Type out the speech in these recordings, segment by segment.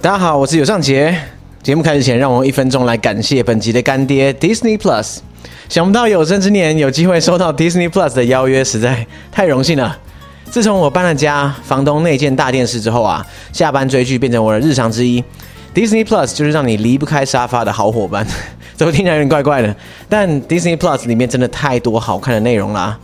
大家好，我是尤尚杰。节目开始前，让我用一分钟来感谢本集的干爹 Disney Plus。想不到有生之年有机会收到 Disney Plus 的邀约，实在太荣幸了。自从我搬了家，房东那件大电视之后啊，下班追剧变成我的日常之一。Disney Plus 就是让你离不开沙发的好伙伴， 怎么听起来有点怪怪的？但 Disney Plus 里面真的太多好看的内容啦。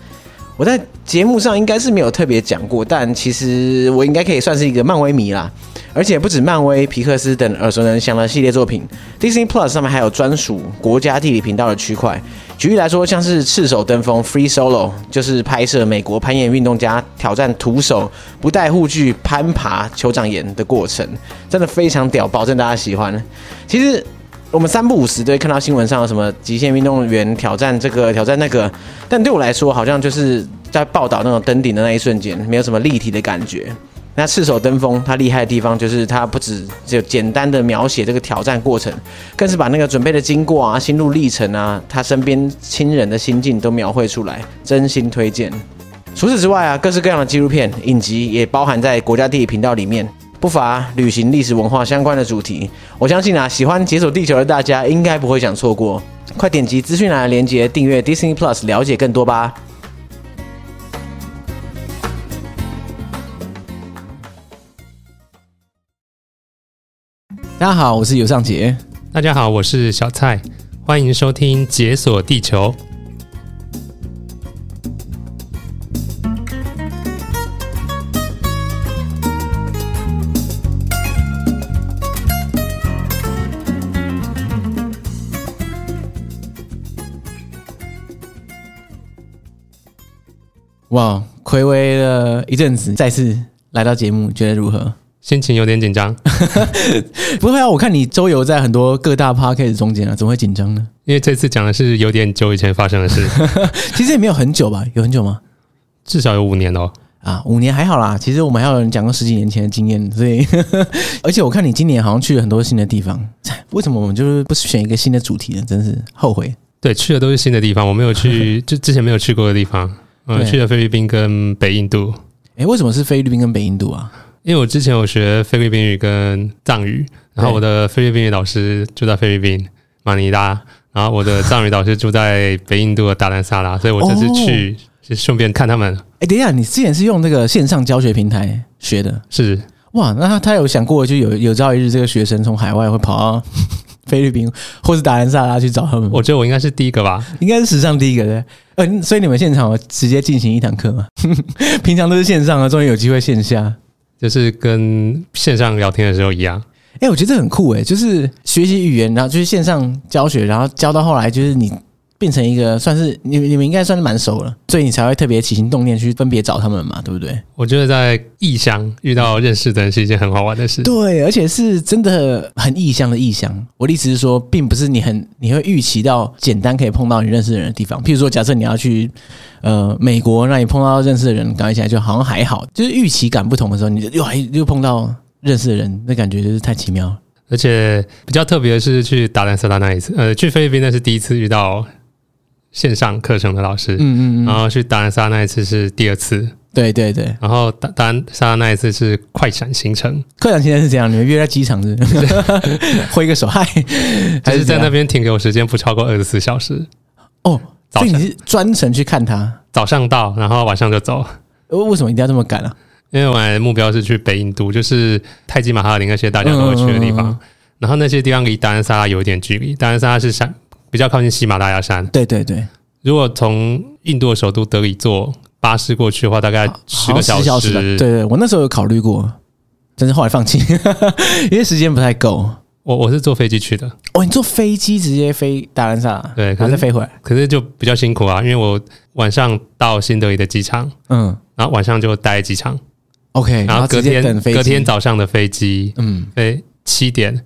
我在节目上应该是没有特别讲过，但其实我应该可以算是一个漫威迷啦。而且不止漫威、皮克斯等耳熟能详的系列作品，Disney Plus 上面还有专属国家地理频道的区块。举例来说，像是《赤手登峰》（Free Solo） 就是拍摄美国攀岩运动家挑战徒手不戴护具攀爬酋长岩的过程，真的非常屌，保证大家喜欢。其实我们三不五时都会看到新闻上有什么极限运动员挑战这个挑战那个，但对我来说好像就是在报道那种登顶的那一瞬间，没有什么立体的感觉。那赤手登峰，它厉害的地方就是它不止只有简单的描写这个挑战过程，更是把那个准备的经过啊、心路历程啊、他身边亲人的心境都描绘出来，真心推荐。除此之外啊，各式各样的纪录片、影集也包含在国家地理频道里面，不乏旅行、历史文化相关的主题。我相信啊，喜欢解锁地球的大家应该不会想错过。快点击资讯栏的链接订阅 Disney Plus，了解更多吧。大家好，我是尤尚杰。大家好，我是小蔡，欢迎收听《解锁地球》。哇，暌违了一阵子，再次来到节目，觉得如何？心情有点紧张， 不会啊，我看你周游在很多各大 p a r k 中间啊，怎么会紧张呢？因为这次讲的是有点久以前发生的 事，其实也没有很久吧，有很久吗？至少有五年哦。啊，五年还好啦。其实我们还有人讲过十几年前的经验，所以 而且我看你今年好像去了很多新的地方，哎为什么我们就是不选一个新的主题呢？真是后悔。对，去的都是新的地方，我没 有去，就之前没有去过的地方。嗯，对去了菲律宾跟北印度，诶，哎为什么是菲律宾跟北印度啊？因为我之前有学菲律宾语跟藏语，然后对我的菲律宾语老师住在菲律宾马尼拉，然后我的藏语老师住在北印度的达兰萨拉，所以我这次去哦是顺便看他们。诶，哎等一下，你之前是用那个线上教学平台学的，是哇，那他他有想过，就有有朝一日这个学生从海外会跑到 菲律宾或是达兰萨拉去找他们，我觉得我应该是第一个吧，应该是史上第一个的。呃，所以你们现场有直接进行一堂课吗？ 平常都是线上啊，终于有机会线下。就是跟线上聊天的时候一样。哎、我觉得这很酷哎、就是学习语言，然后就是线上教学，然后教到后来就是你变成一个算是你你们应该算是蛮熟了，所以你才会特别起心动念去分别找他们嘛，对不对？我觉得在异乡遇到认识的人是一件很好玩的事。对，而且是真的很异乡的异乡。我的意思是说，并不是你很你会预期到简单可以碰到你认识的人的地方。譬如说，假设你要去呃美国，那你碰到认识的人，感觉起来就好像还好，就是预期感不同的时候，你就又还又碰到认识的人，那感觉就是太奇妙了。而且比较特别的是去达兰萨拉那一次，呃，去菲律宾那是第一次遇到线上课程的老师，嗯嗯嗯，然后去达兰萨拉那一次是第二次，对对对，然后达达兰萨拉那一次是快闪行程，课长现在是这样，你们约在机场是不 是挥个手嗨，还是这在样那边停留时间不超过二十四小时，哦？早所以晨你是专程去看他？早上到，然后晚上就走。呃为什么一定要这么赶啊？因为我的目标是去北印度，就是泰姬玛哈林那些大家都会去的地嗯方。嗯嗯然后那些地方离达兰萨拉有一点距离，达兰萨拉是山比较靠近喜马拉雅山。对对对，如果从印度的首都德里坐巴士过去的话，大概十啊好个像小10时。小吧对对，我那时候有考虑过，但是后来放弃， 因为时间不太够。我我是坐飞机去的，哦，你坐飞机直接飞达兰萨拉，对然可后是再飞回来。可是就比较辛苦啊，因为我晚上到新德里的机场，嗯然后晚上就待在机场， ，OK，然后嗯隔直接天等飞机。隔天，早上的飞机嗯，飞七点，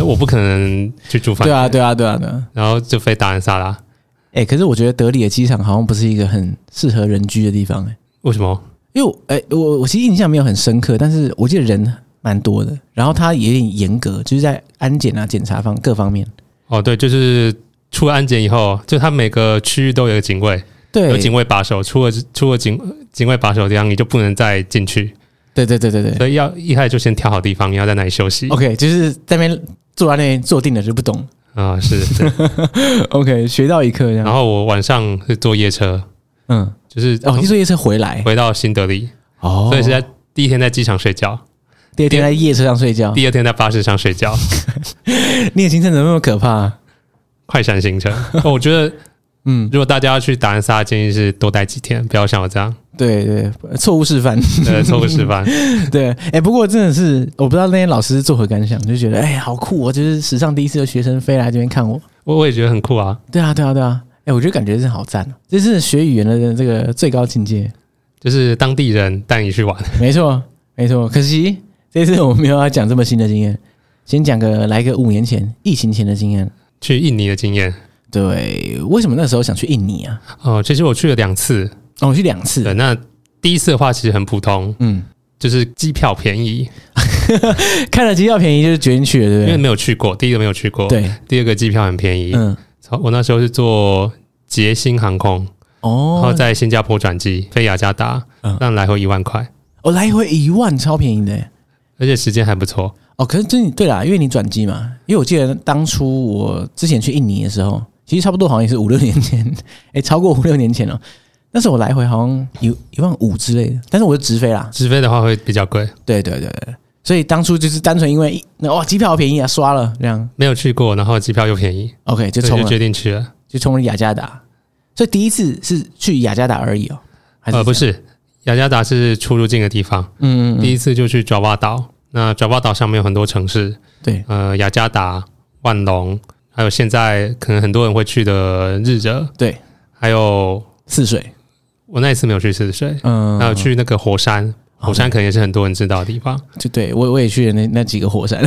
我不可能去住饭对店，啊，对啊，对啊，对啊。然后就飞达兰萨拉。哎、可是我觉得德里的机场好像不是一个很适合人居的地方、欸，为什么？因为我哎、我我其实印象没有很深刻，但是我记得人蛮多的，然后他也有点严格，就是在安检啊、检查方各方面。哦，对，就是出了安检以后，就他每个区域都有警卫，有对，警卫把守。出了出了警警卫把守的地方，你就不能再进去。对对对对对所以要一开始就先挑好地方，你要在哪里休息啊、 ，OK，就是在那边坐在那边坐定了就不懂啊是。 对，OK，学到一课这然样，后我晚上是坐夜车，嗯，就是哦，你坐夜车回来，回到新德里，哦，所以是在第一天在机场睡觉，第二天在夜车上睡觉，第二天在巴士上睡觉，你的行程怎么那么可怕？快闪行程。哦我觉得嗯，如果大家要去达兰萨，建议是多待几天，不要像我这样，对对，错误示范， 呃，错误示范。对，哎、不过真的是，我不知道那些老师是作何感想，就觉得哎、好酷、哦，就是史上第一次有学生飞来这边看我。我我也觉得很酷啊，对啊，对啊，对啊，哎、我觉得感觉真的好赞哦，这是学语言的这个最高境界。就是当地人带你去玩，没错，没错。可惜这次我们没有要讲这么新的经验，先讲个来个五年前疫情前的经验。去印尼的经验。对，为什么那时候想去印尼啊？哦，其实我去了两次，哦，我去两次对，。那第一次的话其实很普通，嗯，就是机票便宜，看了机票便宜就是决定去了，因为对不没有去过，第一个没有去过，对？对，第二个机票很便宜。嗯，从我那时候是坐捷星航空，然后哦，在新加坡转机飞雅加达嗯，那来回一万块，我、哦来回一万，超便宜的耶。而且时间还不错。哦，可是真对啦，因为你转机嘛，因为我记得当初我之前去印尼的时候，其实差不多好像也是五六年前， 哎、超过五六年前了、那时候我来回好像一一万五之类的，但是我就直飞啦。直飞的话会比较贵，对对对对，所以当初就是单纯因为那哇机票好便宜啊，刷了这样没有去过，然后机票又便宜， ，OK 就所以冲就了，决定去了。就冲了雅加达。所以第一次是去雅加达而已哦，还是呃，不怎样，是，雅加达是出入境的地方，嗯嗯嗯，第一次就去爪哇岛。那爪哇岛上面有很多城市，对，呃，雅加达、万隆，还有现在可能很多人会去的日惹，对，还有泗水，我那一次没有去泗水，嗯，哦还有去那个火山，火山可能也是很多人知道的地方。啊就对我我也去了那那几个火山，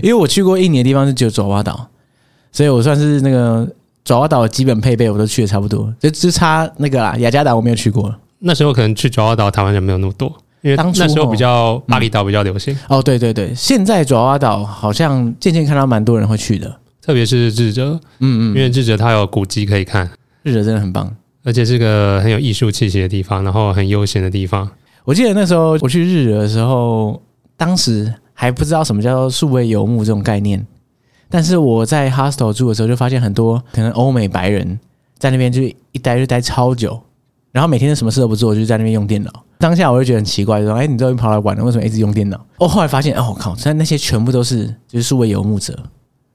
因为我去过印尼的地方是只有爪哇岛，所以我算是那个爪哇岛的基本配备我都去的差不多，就只差那个啦雅加达我没有去过了。那时候可能去爪哇岛，台湾人没有那么多，因为当初那时候哦比较巴厘岛比较流行，哦，对对对，现在爪哇岛好像渐渐看到蛮多人会去的，特别是日惹，嗯因嗯，为日惹它有古迹可以看，日惹真的很棒。而且是个很有艺术气息的地方，然后很悠闲的地方。我记得那时候我去日惹的时候，当时还不知道什么叫做数位游牧这种概念，但是我在 hostel 住的时候，就发现很多可能欧美白人在那边就一待就待超久，然后每天什么事都不做，就在那边用电脑。当下我就觉得很奇怪，就说：“哎、你都已经跑来玩了，为什么一直用电脑？”哦，后来发现，哦，我靠，那那些全部都是就是数位游牧者。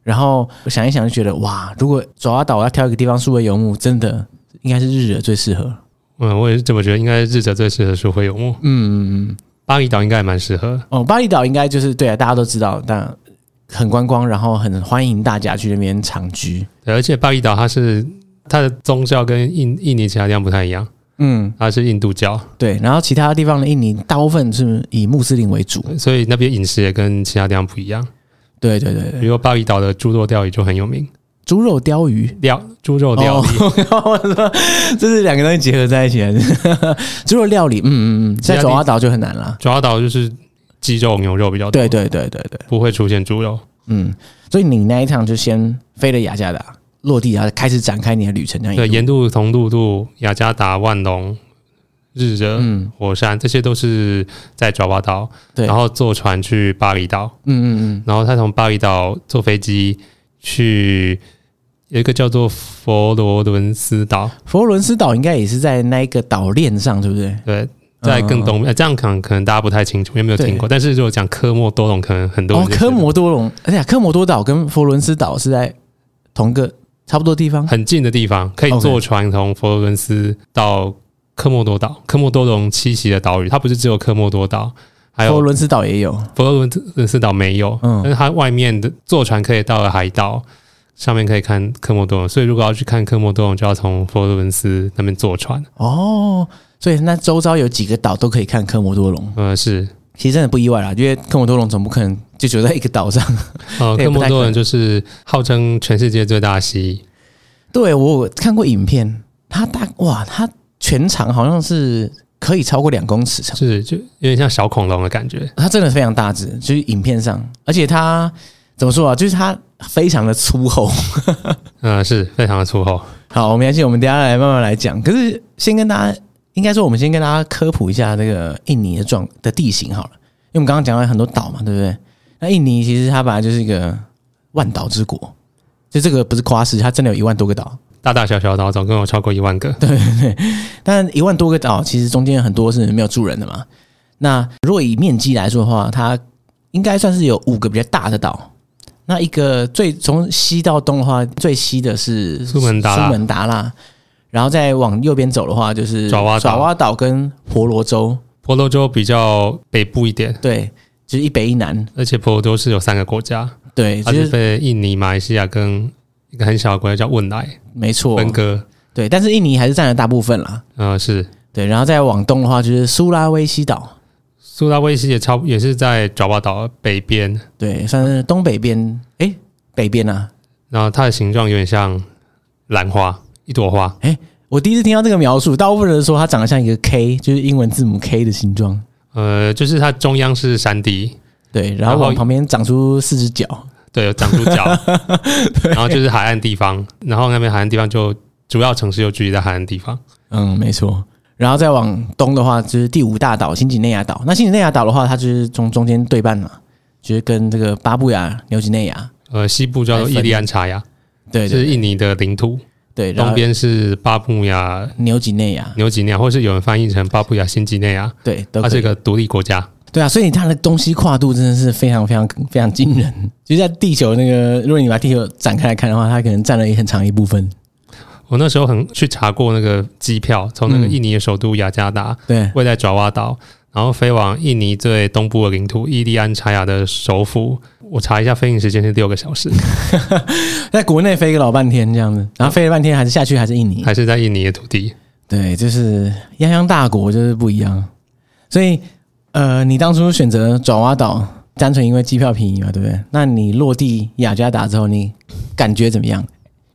然后我想一想，就觉得哇，如果爪哇岛要挑一个地方数位游牧，真的应该是日惹最适合。嗯，我也是这么觉得，应该日惹最适合是会游牧，嗯嗯嗯。巴厘岛应该也蛮适合。哦，巴厘岛应该就是对啊，大家都知道，但很观光，然后很欢迎大家去那边长居。对，而且巴厘岛它是它的宗教跟印印尼其他地方不太一样，嗯，它是印度教，对。然后其他地方的印尼大部分是以穆斯林为主。所以那边饮食也跟其他地方不一样。对对对比对，如巴厘岛的猪肉料理就很有名，猪肉鲷鱼。料猪肉料理，哦、 我说这是两个东西结合在一起的， 猪肉料理。嗯嗯嗯，在爪哇岛就很难啦。爪哇岛就是鸡肉牛肉比较多，对对对对对，不会出现猪肉。嗯。所以你那一趟就先飞了雅加达，落地然后开始展开你的旅程，这样一对，路盐度、铜度度、雅加达、万隆、日惹、嗯火山，这些都是在爪哇岛，对然后坐船去巴厘岛，嗯嗯然后他从巴厘岛坐飞机去有一个叫做佛罗伦斯岛，嗯，佛罗伦斯岛应该也是在那一个岛链上，对不对？对，在更哦东，呃，这样讲可能大家不太清楚，因为没有听过。但是如果讲科莫多龙，可能很多哦人，就科知道摩多龙，而且科摩多岛跟佛罗伦斯岛是在同个差不多地方。很近的地方，可以 OK 坐船从佛罗伦斯到科莫多岛。科莫多龙栖息的岛屿，它不是只有科莫多岛，还佛罗有伦斯岛也有，佛罗伦斯岛没有，嗯但是它外面的坐船可以到海岛，上面可以看科莫多龙。所以如果要去看科莫多龙，就要从佛罗伦斯那边坐船。哦，所以那周遭有几个岛都可以看科摩多龙，呃，是，其实真的不意外啦，因为科摩多龙总不可能就只有在一个岛上。 呃，对科不太莫可多能龙就是号称全世界最大的蜥蜴，对我有看过影片，它大哇，它全长好像是可以超过两公尺长，是就有点像小恐龙的感觉。它真的非常大只，就是影片上，而且它怎么说啊，就是它非常的粗厚。嗯、是非常的粗厚。好，我们相信我们等一下来慢慢来讲。可是先跟大家应该说我们先跟大家科普一下这个印尼的状的地形好了，因为我们刚刚讲到很多岛嘛，对不对？那印尼其实它本来就是一个万岛之国，就这个不是夸饰，它真的有一万多个岛。大大小小岛总共有超过一万个。但一万多个岛，其实中间很多是没有住人的嘛。那如果以面积来说的话，它应该算是有五个比较大的岛。那一个最从西到东的话，最西的是苏门答腊苏门答腊，然后再往右边走的话，就是爪哇岛爪哇岛跟婆罗洲，婆罗洲比较北部一点，对，就是一北一南，而且婆罗洲是有三个国家，对，它就是是被印尼、马来西亚跟一个很小的国家叫汶莱没错，分割。对。但是印尼还是占了大部分啦，呃，是对。然后再往东的话，就是苏拉威西岛，苏拉威西也超也是在爪哇岛北边，对，算是东北边，诶，北边啊，然后它的形状有点像兰花，一朵花。我第一次听到这个描述，大部分人说它长得像一个 K，就是英文字母 K 的形状。呃，就是它中央是山地，对，然然后后往旁边长出四只脚。对，有长出角，然后就是海岸地方，然后那边海岸地方就主要城市就聚集在海岸地方。嗯，没错。然后再往东的话，就是第五大岛新几内亚岛。那新几内亚岛的话，它就是从中间对半嘛，就是跟这个巴布亚、纽几内亚。呃，西部叫做伊利安察亚，对是对印尼的领土，对，然东后边是巴布亚纽几内亚，纽几内亚，或是有人翻译成巴布亚新几内亚，对，都它可是以一啊个独立国家。对啊，所以它的东西跨度真的是非常非常非常惊人。就在地球那个，如果你把地球展开来看的话，它可能占了也很长一部分。我那时候很去查过那个机票，从那个嗯印尼的首都雅加达，对，位在爪哇岛，然后飞往印尼最东部的领土伊利安察亚的首府。我查一下飞行时间是六个 小时，在国内飞个老半天这样子，然后飞了半天还是下去还是印尼，还是在印尼的土地。对，就是泱泱大国就是不一样。所以呃，你当初选择爪哇岛，单纯因为机票便宜嘛，对不对？那你落地雅加达之后，你感觉怎么样？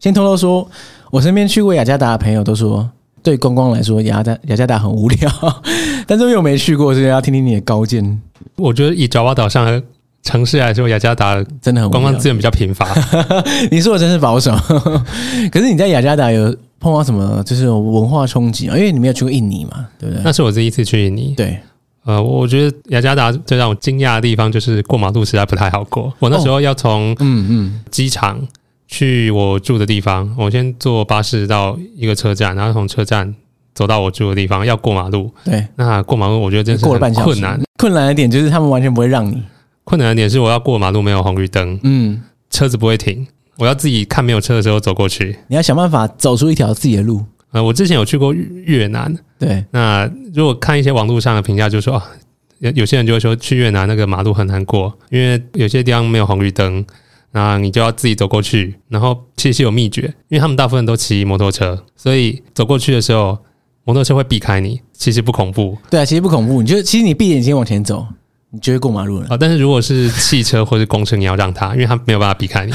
先偷偷说，我身边去过雅加达的朋友都说，对观光来说，雅加雅加达很无聊， 但是我又没去过，所以要听听你的高见，我觉得以爪哇岛上的城市来说，雅加达真的很无观聊光。资源比较贫乏。 你说的真是保守， 可是你在雅加达有碰到什么就是文化冲击吗？因为你没有去过印尼嘛，对不对？那是我第一次去印尼，对，呃，我我觉得雅加达最让我惊讶的地方就是过马路实在不太好过。我那时候要从嗯嗯，机场去我住的地方，我先坐巴士到一个车站，然后从车站走到我住的地方，要过马路。对，那过马路我觉得真是过了半很小时，困难。困难的点就是他们完全不会让你，困难的点是我要过马路没有红绿灯，嗯，车子不会停，我要自己看没有车的时候走过去。你要想办法走出一条自己的路。呃，我之前有去过越越南，对，那如果看一些网络上的评价，就说啊，有有些人就会说去越南那个马路很难过，因为有些地方没有红绿灯，那你就要自己走过去。然后其实有秘诀，因为他们大部分都骑摩托车，所以走过去的时候，摩托车会避开你，其实不恐怖对啊，其实不恐怖，你就其实你闭着眼睛往前走，你就会过马路了。啊。但是如果是汽车或是公车，你要让它，因为它没有办法避开你，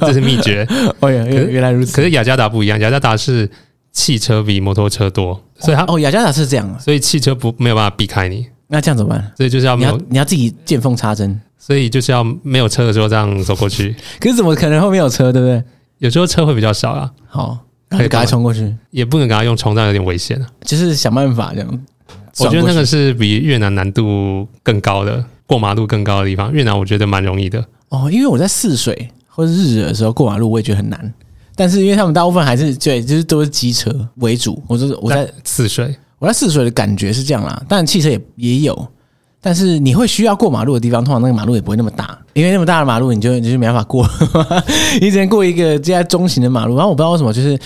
这是秘 诀。 哦，原可是原原来如此。可是雅加达不一样，雅加达是汽车比摩托车多，所以它哦，雅加达是这样啊，所以汽车不没有办法避开你，那这样怎么办？所以就是要你没要有你要自己见缝插针，所以就是要没有车的时候这样走 过去。可是怎么可能后面有车，对不对？有时候车会比较少啦，好，然后就赶快冲过去，也不能给他用冲，这样有点危险啊。就是想办法这样。我觉得那转过个去是比越南难度更高的，过马路更高的地方。越南我觉得蛮容易的，哦，因为我在泗水或者日惹的时候过马路，我也觉得很难。但是因为他们大部分还是对，就是都是机车为主。我就是我在泗水我在泗水的感觉是这样啦，当然汽车也也有，但是你会需要过马路的地方，通常那个马路也不会那么大，因为那么大的马路你就你就没办法过， 你只能过一个这样中型的马路。然后我不知道为什么，就是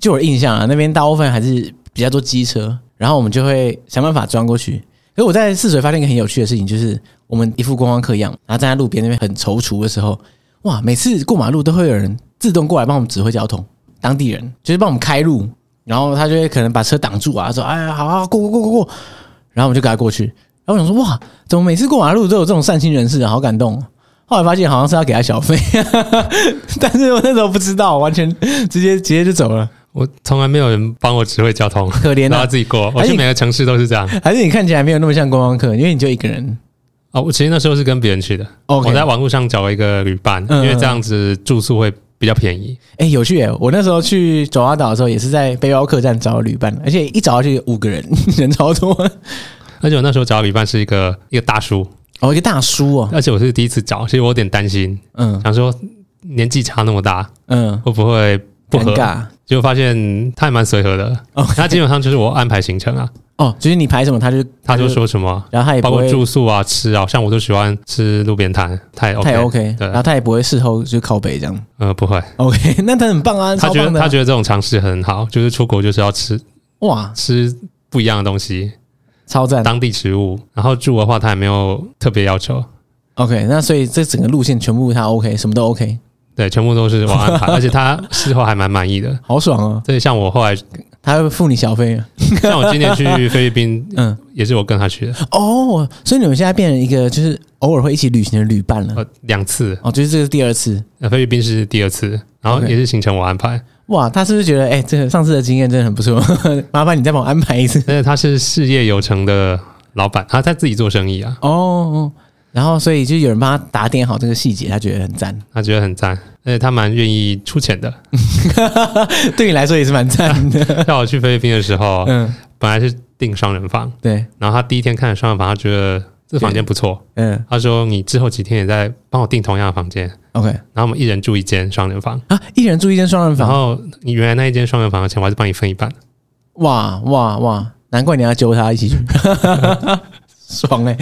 就我的印象啊，那边大部分还是比较多机车，然后我们就会想办法钻过去。可是我在泗水发现一个很有趣的事情，就是我们一副观光客一样，然后站在路边那边很踌躇的时候，哇，每次过马路都会有人自动过来帮我们指挥交通，当地人就是帮我们开路，然后他就会可能把车挡住啊，说：“哎，好好过过过过过。”然后我们就跟他过去。然后我想说：“哇，怎么每次过马路都有这种善心人士啊？好感动哦！”后来发现好像是要给他小费， 但是我那时候不知道，完全直接直接就走了，我从来没有人帮我指挥交通，可怜然后啊！自己过。我而且去每个城市都是这样。还是你看起来没有那么像观光客，因为你就一个人。啊哦，我其实那时候是跟别人去的， OK，我在网络上找了一个旅伴，嗯因为这样子住宿会比较便宜。哎、有趣耶！我那时候去爪哇岛的时候，也是在背包客栈找旅伴，而且一找就有五个人， 人超多。而且我那时候找的旅伴是一个一个大叔，哦，一个大叔哦，而且我是第一次找，其实我有点担心，嗯想说年纪差那么大，嗯，会不会不尴合？尬结果发现他还蛮随和的，哦他基本上就是我安排行 程啊，哦，就是你排什么他就他就，说什么，然后他也包哎不括会，住宿啊、吃啊，像我都喜欢吃路边摊，他也 OK，, 他也 OK，对然后他也不会事后就靠北这样。呃，不会， OK，那他 很棒啊，他超觉得棒的他啊、觉得这种尝试很好，就是出国就是要吃哇，吃不一样的东西，超赞。当地食物，然后住的话他也没有特别要求， OK，那所以这整个路线全部他 OK，什么都 OK，对，全部都是 我安排，而且他事后还蛮满意的。好爽哦！所以像我后 来，他会付你小费啊。像我今年去菲律宾，嗯嗯，也是我跟他去的，哦，所以你们现在变成一个就是偶尔会一起旅行的旅伴了。呃，两次，哦，就是这是第二次。呃菲律宾是第二次，然后 OK 也是行程我安排，哇，他是不是觉得哎、这个上次的经验真的很不错？ 麻烦你再帮我安排一次。但是他是事业有成的老板，他他自己做生意啊，哦哦，然后所以就有人帮他打点好这个细节，他觉得很赞。 他觉得很赞，而且他蛮愿意出钱的。对你来说也是蛮赞 的。像我去菲律宾的时候，嗯，本来是订双人房，对，然后他第一天看了双人房，他觉得这房间不错，嗯他说你之后几天也在帮我订同样的房间， ，OK 然后我们一人住一间双人房，啊，一人住一间双人然房，后你原来那一间双人房的钱我还是帮你分一半，哇哇哇！难怪你要揪他一起 去，爽哎、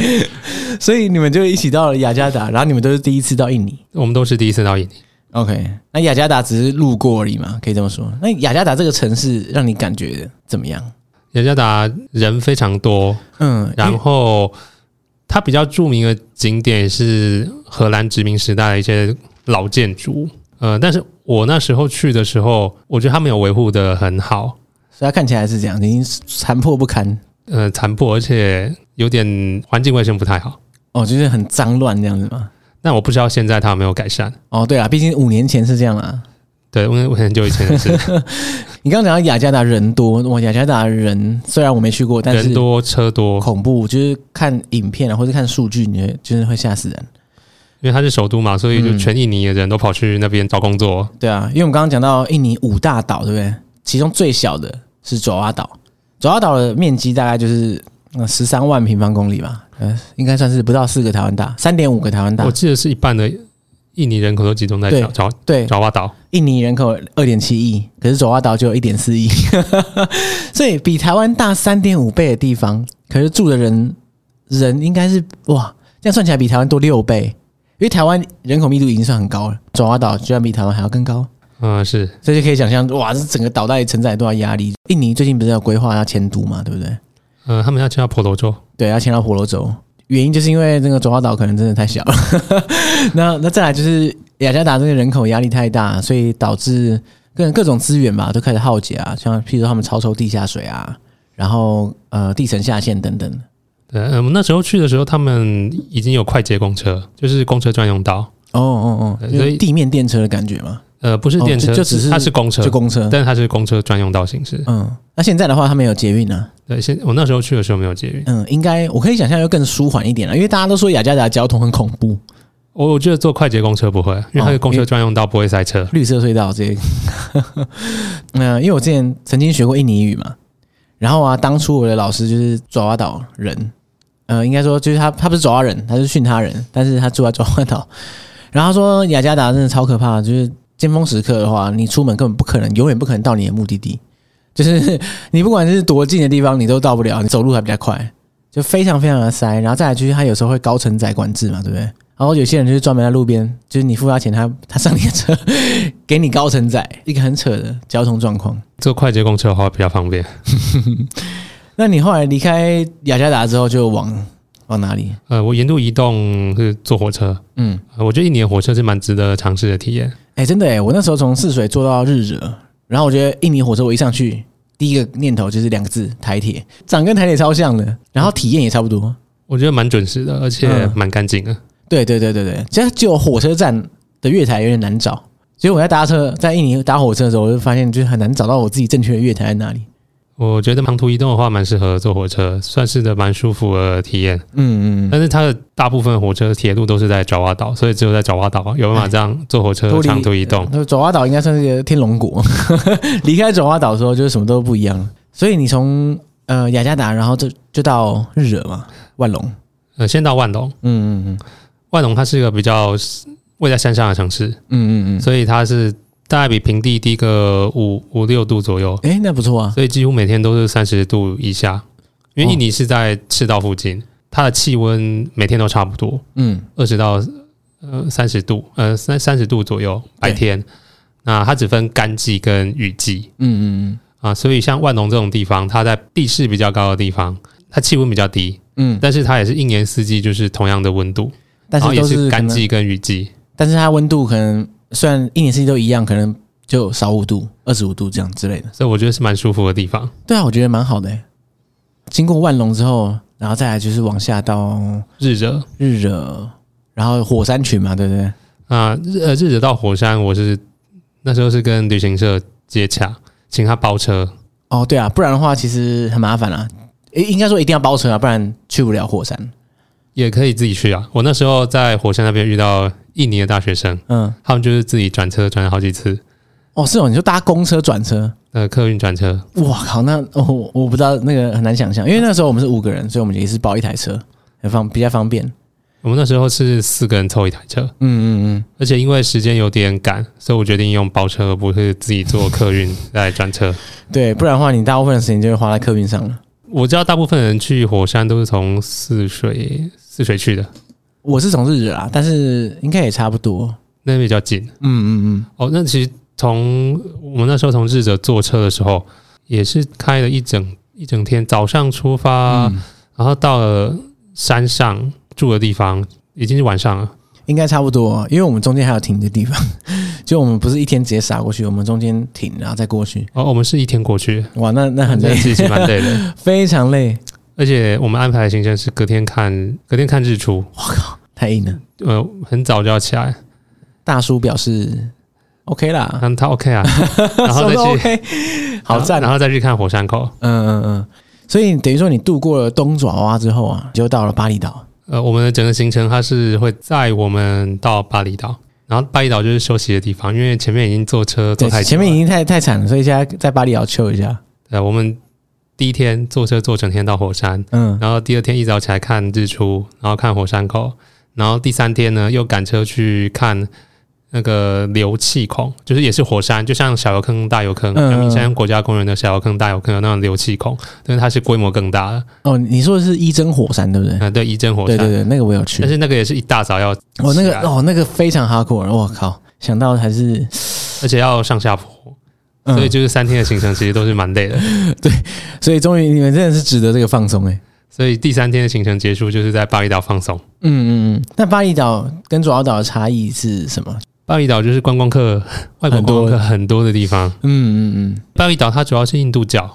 所以你们就一起到了雅加达，然后你们都是第一次到印尼。我们都是第一次到印尼， OK，那雅加达只是路过而已嘛，可以这么说。那雅加达这个城市让你感觉怎么样？雅加达人非常多，嗯，因然为后它比较著名的景点是荷兰殖民时代的一些老建筑。呃，但是我那时候去的时候，我觉得他们有维护的很好，所以它看起来是这样，已经残破不堪呃，残破，而且有点环境卫生不太好。哦，就是很脏乱这样子嘛。但我不知道现在它有没有改善。哦，对啦，毕竟五年前是这样啦。对，因为我很久以前的事，你刚刚讲到雅加达人多，哇，雅加达人虽然我没去过， 但人是多车多，恐怖，就是看影片啊或者看数据，你会就是会吓死人。因为它是首都嘛，所以就嗯全印尼的人都跑去那边找工作。对啊，因为我们刚刚讲到印尼五大岛，对不对？其中最小的是爪哇岛，爪哇岛的面积大概就是呃十三万平方公里吧，呃，应该算是不到四个台湾大，三点五个台湾大我。记得是一半的印尼人口都集中在嗯对爪爪对，爪哇岛，印尼人口二点七亿，可是爪哇岛就有一点四亿， 所以比台湾大三点五倍的地方，可是住的人人应该是哇，这样算起来比台湾多六倍，因为台湾人口密度已经算很高了，爪哇岛居然比台湾还要更高。嗯、是所以就可以想象，哇，这整个岛到底承载多少压力？印尼最近不是要规划要迁都嘛，对不对？呃，他们要去到婆罗洲，对，要迁到婆罗洲，原因就是因为那个爪哇岛可能真的太小了。 那那再来就是雅加达这个人口压力太大，所以导致呃各各种资源吧都开始耗竭啊，像譬如说他们潮州地下水啊，然后呃地层下陷等等。对，呃我们那时候去的时候，他们已经有快捷公车，就是公车专用道，哦哦哦，对所以就是地面电车的感觉嘛，呃，不是电车，哦就就只是它是公车就，公车。但是它是公车专用道形式。嗯，那现在的话，他们有捷运啊，对，现我那时候去的时候没有捷运，嗯，应该我可以想象要更舒缓一点了，因为大家都说雅加达交通很恐怖，我我觉得坐快捷公车不会，因为它哦是公因车为专用道，不会塞车。绿色隧道这个。 那因为我之前曾经学过印尼语嘛，然后啊，当初我的老师就是爪哇岛人，呃，应该说就是他，他不是爪哇人，他是训他人，但是他住在爪哇岛。然后他说雅加达真的超可怕，就是尖峰时刻的话，你出门根本不可能，永远不可能到你的目的地。就是 你不管是多近的地方，你都到不了，你走路还比较快，就非常非常的塞。然后再来就是他有时候会高承载管制嘛，对不对？然后有些人就是专门在路边，就是你付他钱，他他上你的车，给你高承载，一个很扯的交通状况。坐快捷公车的话比较方便。那你后来离开雅加达之后，就往往哪里？呃，我沿路移动是坐火车，嗯，呃我觉得印尼的火车是蛮值得尝试的体验。哎、真的哎、我那时候从泗水坐到日惹，然后我觉得印尼火车我一上去，第一个念头就是两个字：台铁，长跟台铁超像的，然后体验也差不多。我觉得蛮准时的，而且嗯蛮干净的。对对对对对，其实只有火车站的月台有点难找。所以我在搭车，在印尼搭火车的时候，我就发现就是很难找到我自己正确的月台在哪里。我觉得长途移动的话，蛮适合坐火车，算是个蛮舒服的体验。嗯嗯但是它的大部分火车、铁路都是在爪哇岛，所以只有在爪哇岛有办法这样坐火车脱离长途移动嗯，。那爪哇岛应该算是一个天龙国， 离开爪哇岛之后就是什么都不一样了。所以你从呃雅加达，然后就就到日惹嘛，万隆，呃，先到万隆，嗯嗯万隆它是一个比较位在山上的城市，嗯嗯嗯嗯，所以它是大概比平地低个五五六度左右，哎、那不错啊，所以几乎每天都是三十度以下。因为印尼是在赤道附近，它的气温每天都差不多，嗯二十到呃三十度，呃三三十度左右白天。那它只分干季跟雨季嗯嗯啊，所以像万隆这种地方，它在地势比较高的地方，它气温比较低，嗯嗯，但是它也是一年四季就是同样的温度，但然后是也都是干可能季跟雨季。但是它温度可能虽然一年四季都一样，可能就少五度、二十五度这样之类的。所以我觉得是蛮舒服的地方。对啊，我觉得蛮好的欸。经过万隆之后，然后再来就是往下到日惹日惹，然后火山群嘛，对不对？啊，日呃日惹到火山，我是那时候是跟旅行社接洽，请他包车。哦，对啊，不然的话其实很麻烦啊。诶应该说一定要包车啊，不然去不了火山。也可以自己去啊！我那时候在火山那边遇到印尼的大学生，嗯，他们就是自己转车转了好几次，哦，是哦，你就搭公车转车，呃，客运转车，哇靠，那哦，我我不知道那个很难想象，因为那时候我们是五个人，所以我们也是包一台车，很方比较方便。我们那时候是四个人凑一台车，嗯嗯而且因为时间有点赶，所以我决定用包车，而不是自己坐客运来转车。 嗯，对，不然的话你大部分的时间就会花在客运上了。我知道大部分人去火山都是从泗水泗水去的，我是从日惹啦，但是应该也差不多。那边比较近。嗯嗯哦，那其实从我们那时候从日者坐车的时候，也是开了一整一整天，早上出发，嗯然后到了山上住的地方，已经是晚上了。应该差不多，因为我们中间还有停的地方， 就我们不是一天直接杀过去，我们中间停然后再过去。哦，我们是一天过去，哇，那那很 真的累，是其实蛮累的。 非常累，而且我们安排的行程是隔天看，隔天看日出，太硬了。呃，很早就要起来，大叔表示 OK 啦，那他 OK 啊， 然后什么再都去， OK，好赞然啊！后再去看火山口。嗯嗯嗯，所以等于说你度过了东爪哇之后啊，就到了巴厘岛。呃，我们的整个行程它是会载我们到巴厘岛，然后巴厘岛就是休息的地方，因为前面已经坐车坐对啊太，久前面了已经太太惨了，所以现在在巴厘岛 chill 一下。对，我们第一天坐车坐整天到火山，嗯，然后第二天一早起来看日出，然后看火山口，然后第三天呢又赶车去看那个流气孔，就是也是火山，就像小油坑、大油坑、嗯阳明山国家公园的小油坑、大油坑的那种流气孔，但是它是规模更大的，啊、哦，你说的是伊真火山对不对？对，一嗯针火对山。对对，那个我有去但。是那啊个也是一大早要，哦，那起个来哦，那个非常 hardcore，我靠，想到还是，而且要上下坡，嗯、所以就是三天的行程其实都是蛮累 的。所以终于你们真的是值得这个放松哎、所以第三天的行程结束就是在巴厘岛放松。嗯嗯嗯。那巴厘岛跟爪哇岛的差异是什么？巴厘岛就是观光客、外国观光客很多的地方。嗯嗯巴厘岛它主要是印度教，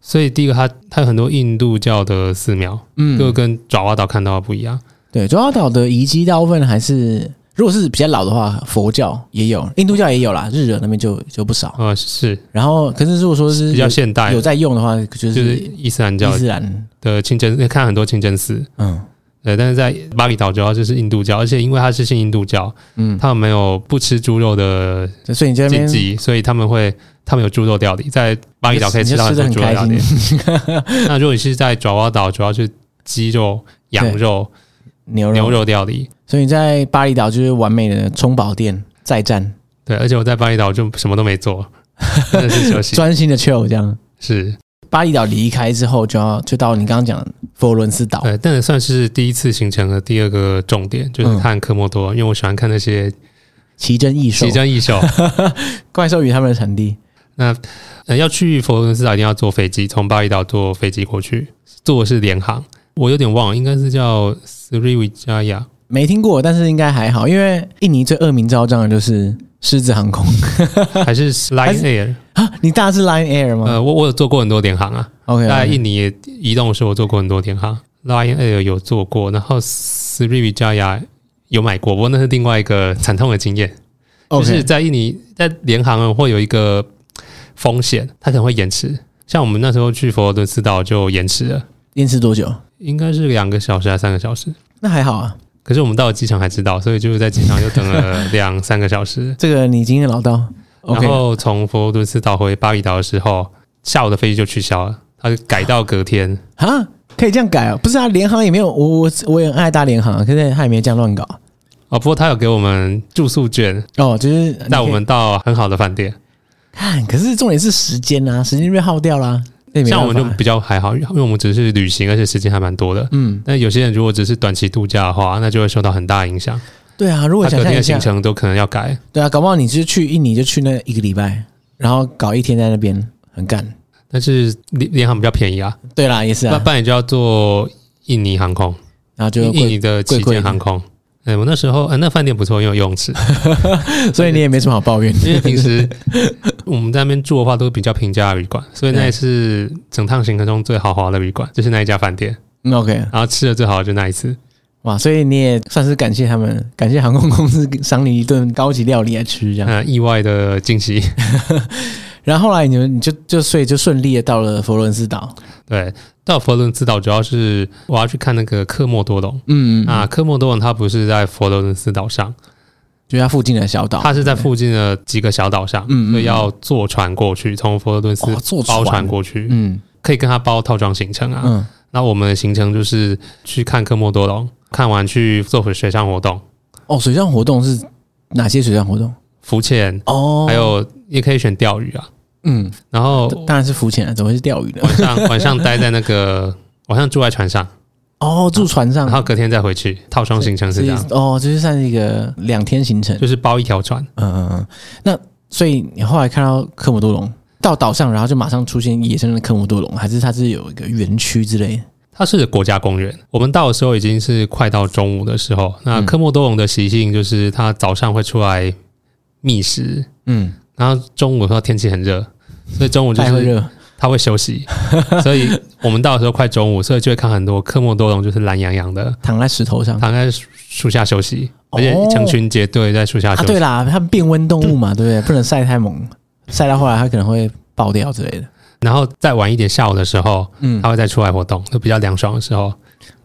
所以第一个它它有很多印度教的寺庙，嗯就嗯，跟爪哇岛看到的不一样。对，爪哇岛的遗迹大部分还是，如果是比较老的话，佛教也有，印度教也有啦，日惹那边就就不少。呃，是然后，可是如果说是比较现代，有在用的话，就就是是伊斯兰伊教斯兰，的清真，看很多清真寺。嗯对，但是在巴厘岛主要就是印度教，而且因为它是信印度教，嗯，他们没有不吃猪肉的所以你在那禁边忌，所以他们会他们有猪肉料理，在巴厘岛可以吃到很多你猪就肉吃得料很理开。 那如果你是在爪哇岛，主要是鸡肉、羊肉、牛牛肉，肉料理。所以你在巴厘岛就是完美的充饱店再战。对，而且我在巴厘岛就什么都 没做，真的是休息。专心的 chill 这样。是，巴厘岛离开之后，就要就到你刚刚讲的佛罗伦斯岛。对，但也算是第一次行程的第二个重点，嗯就是看科莫多，因为我喜欢看那些奇珍异兽奇、珍异 兽。怪兽与它们的产地。呃，要去佛罗伦斯岛一定要坐飞机，从巴厘岛坐飞机过去，坐的是联航，我有点忘了，应该是叫 Sriwijaya。没听过，但是应该还好，因为印尼最恶名昭彰的就是狮子航空 还是 Lion Air，啊！你搭的是 Lion Air 吗、呃，我我有做过很多联航啊， o 在 k 印尼也移动的时候，我做过很多联航，Lion Air 呃有做过，然后 Sriwijaya 有买过，不过那是另外一个惨痛的经验。 o 就是 k 在印尼，在联航会有一个风险，它可能会延迟，像我们那时候去佛罗伦斯岛就延迟了，延迟多久？应该是两个小时还是三个小时。那还好啊，可是我们到了机场才知道，所以就是在机场又等了两三个小时。这个你经验老道。然 OK，后从佛罗伦斯岛回巴厘岛的时候，下午的飞机就取消了，它就改到隔天。啊，可以这样改啊？不是啊，联航也没有，我我我也很爱搭联航，啊可是他也没这样乱搞。哦，不过他有给我们住宿券，哦，就是你可以带我们到很好的饭店。看，可是重点是时间啊，时间被耗掉啦。那也没像我们办就法比较还好，因为我们只是旅行，而且时间还蛮多的。嗯，但有些人如果只是短期度假的话，那就会受到很大影响。对啊，如果他想隔象一天的下行，程都可能要改。对啊，搞不好你就去印尼就去那一个礼拜，然后搞一天在那边，很干。但是联联航比较便宜啊，对啦，也是那啊，不然你就要坐印尼航空，然后就印贵，尼的旗舰航空。哎、我那时候，哎、那饭店不错，因为有游 泳池。所以你也没什么好抱 怨。因为平时我们在那边住的话，都是比较平价的旅馆，所以那也是整趟行程中最豪华的旅馆，就是那一家饭店。嗯 OK，然后吃的最好的就那一次。哇，所以你也算是感谢他们，感谢航空公司赏你一顿高级料理来吃这样。呃，意外的惊喜。然后后来你们你就就所以就顺利的到了佛罗伦斯岛。对，到佛罗伦斯岛主要是我要去看那个科莫多龙。嗯，啊，科莫多龙它不是在佛罗伦斯岛上，就它附近的小岛，它是在附近的几个小岛上，哦嗯嗯所以要坐船过去，从佛罗伦斯哦坐船包船过去，嗯可以跟他包套装行程啊。嗯，那我们的行程就是去看科莫多龙，看完去做水上活动，哦，水上活动是哪些水上活动？浮潜，哦，还有也可以选钓鱼啊。嗯，然后当然是浮潜了，啊怎么会是钓鱼呢？晚上 晚上待在那个晚上住在船上，哦，住船上然，后隔天再回去。套装行程是所这以样，哦，就是算是一个两天行程。就是包一条船。嗯嗯嗯。那所以你后来看到科摩多龙到岛上，然后就马上出现野生的科摩多龙，还是它是有一个园区之类的？它是国家公园，我们到的时候已经是快到中午的时候。嗯那科莫多龙的习性就是它早上会出来觅食，嗯，然后中午的时候天气很热，所以中午就太会是热。它会休 息。所以我们到的时候快中午，所以就会看很多科莫多龙就是懒洋洋的躺在石头上躺在树下休息，哦而且成群结队在树下啊，休对息。啦，它们变温动物 嘛，对不对？不能晒太猛，晒到后来它可能会爆掉之类的。然后再晚一点下午的时候，嗯它，会再出来活动，就比较凉爽的时候，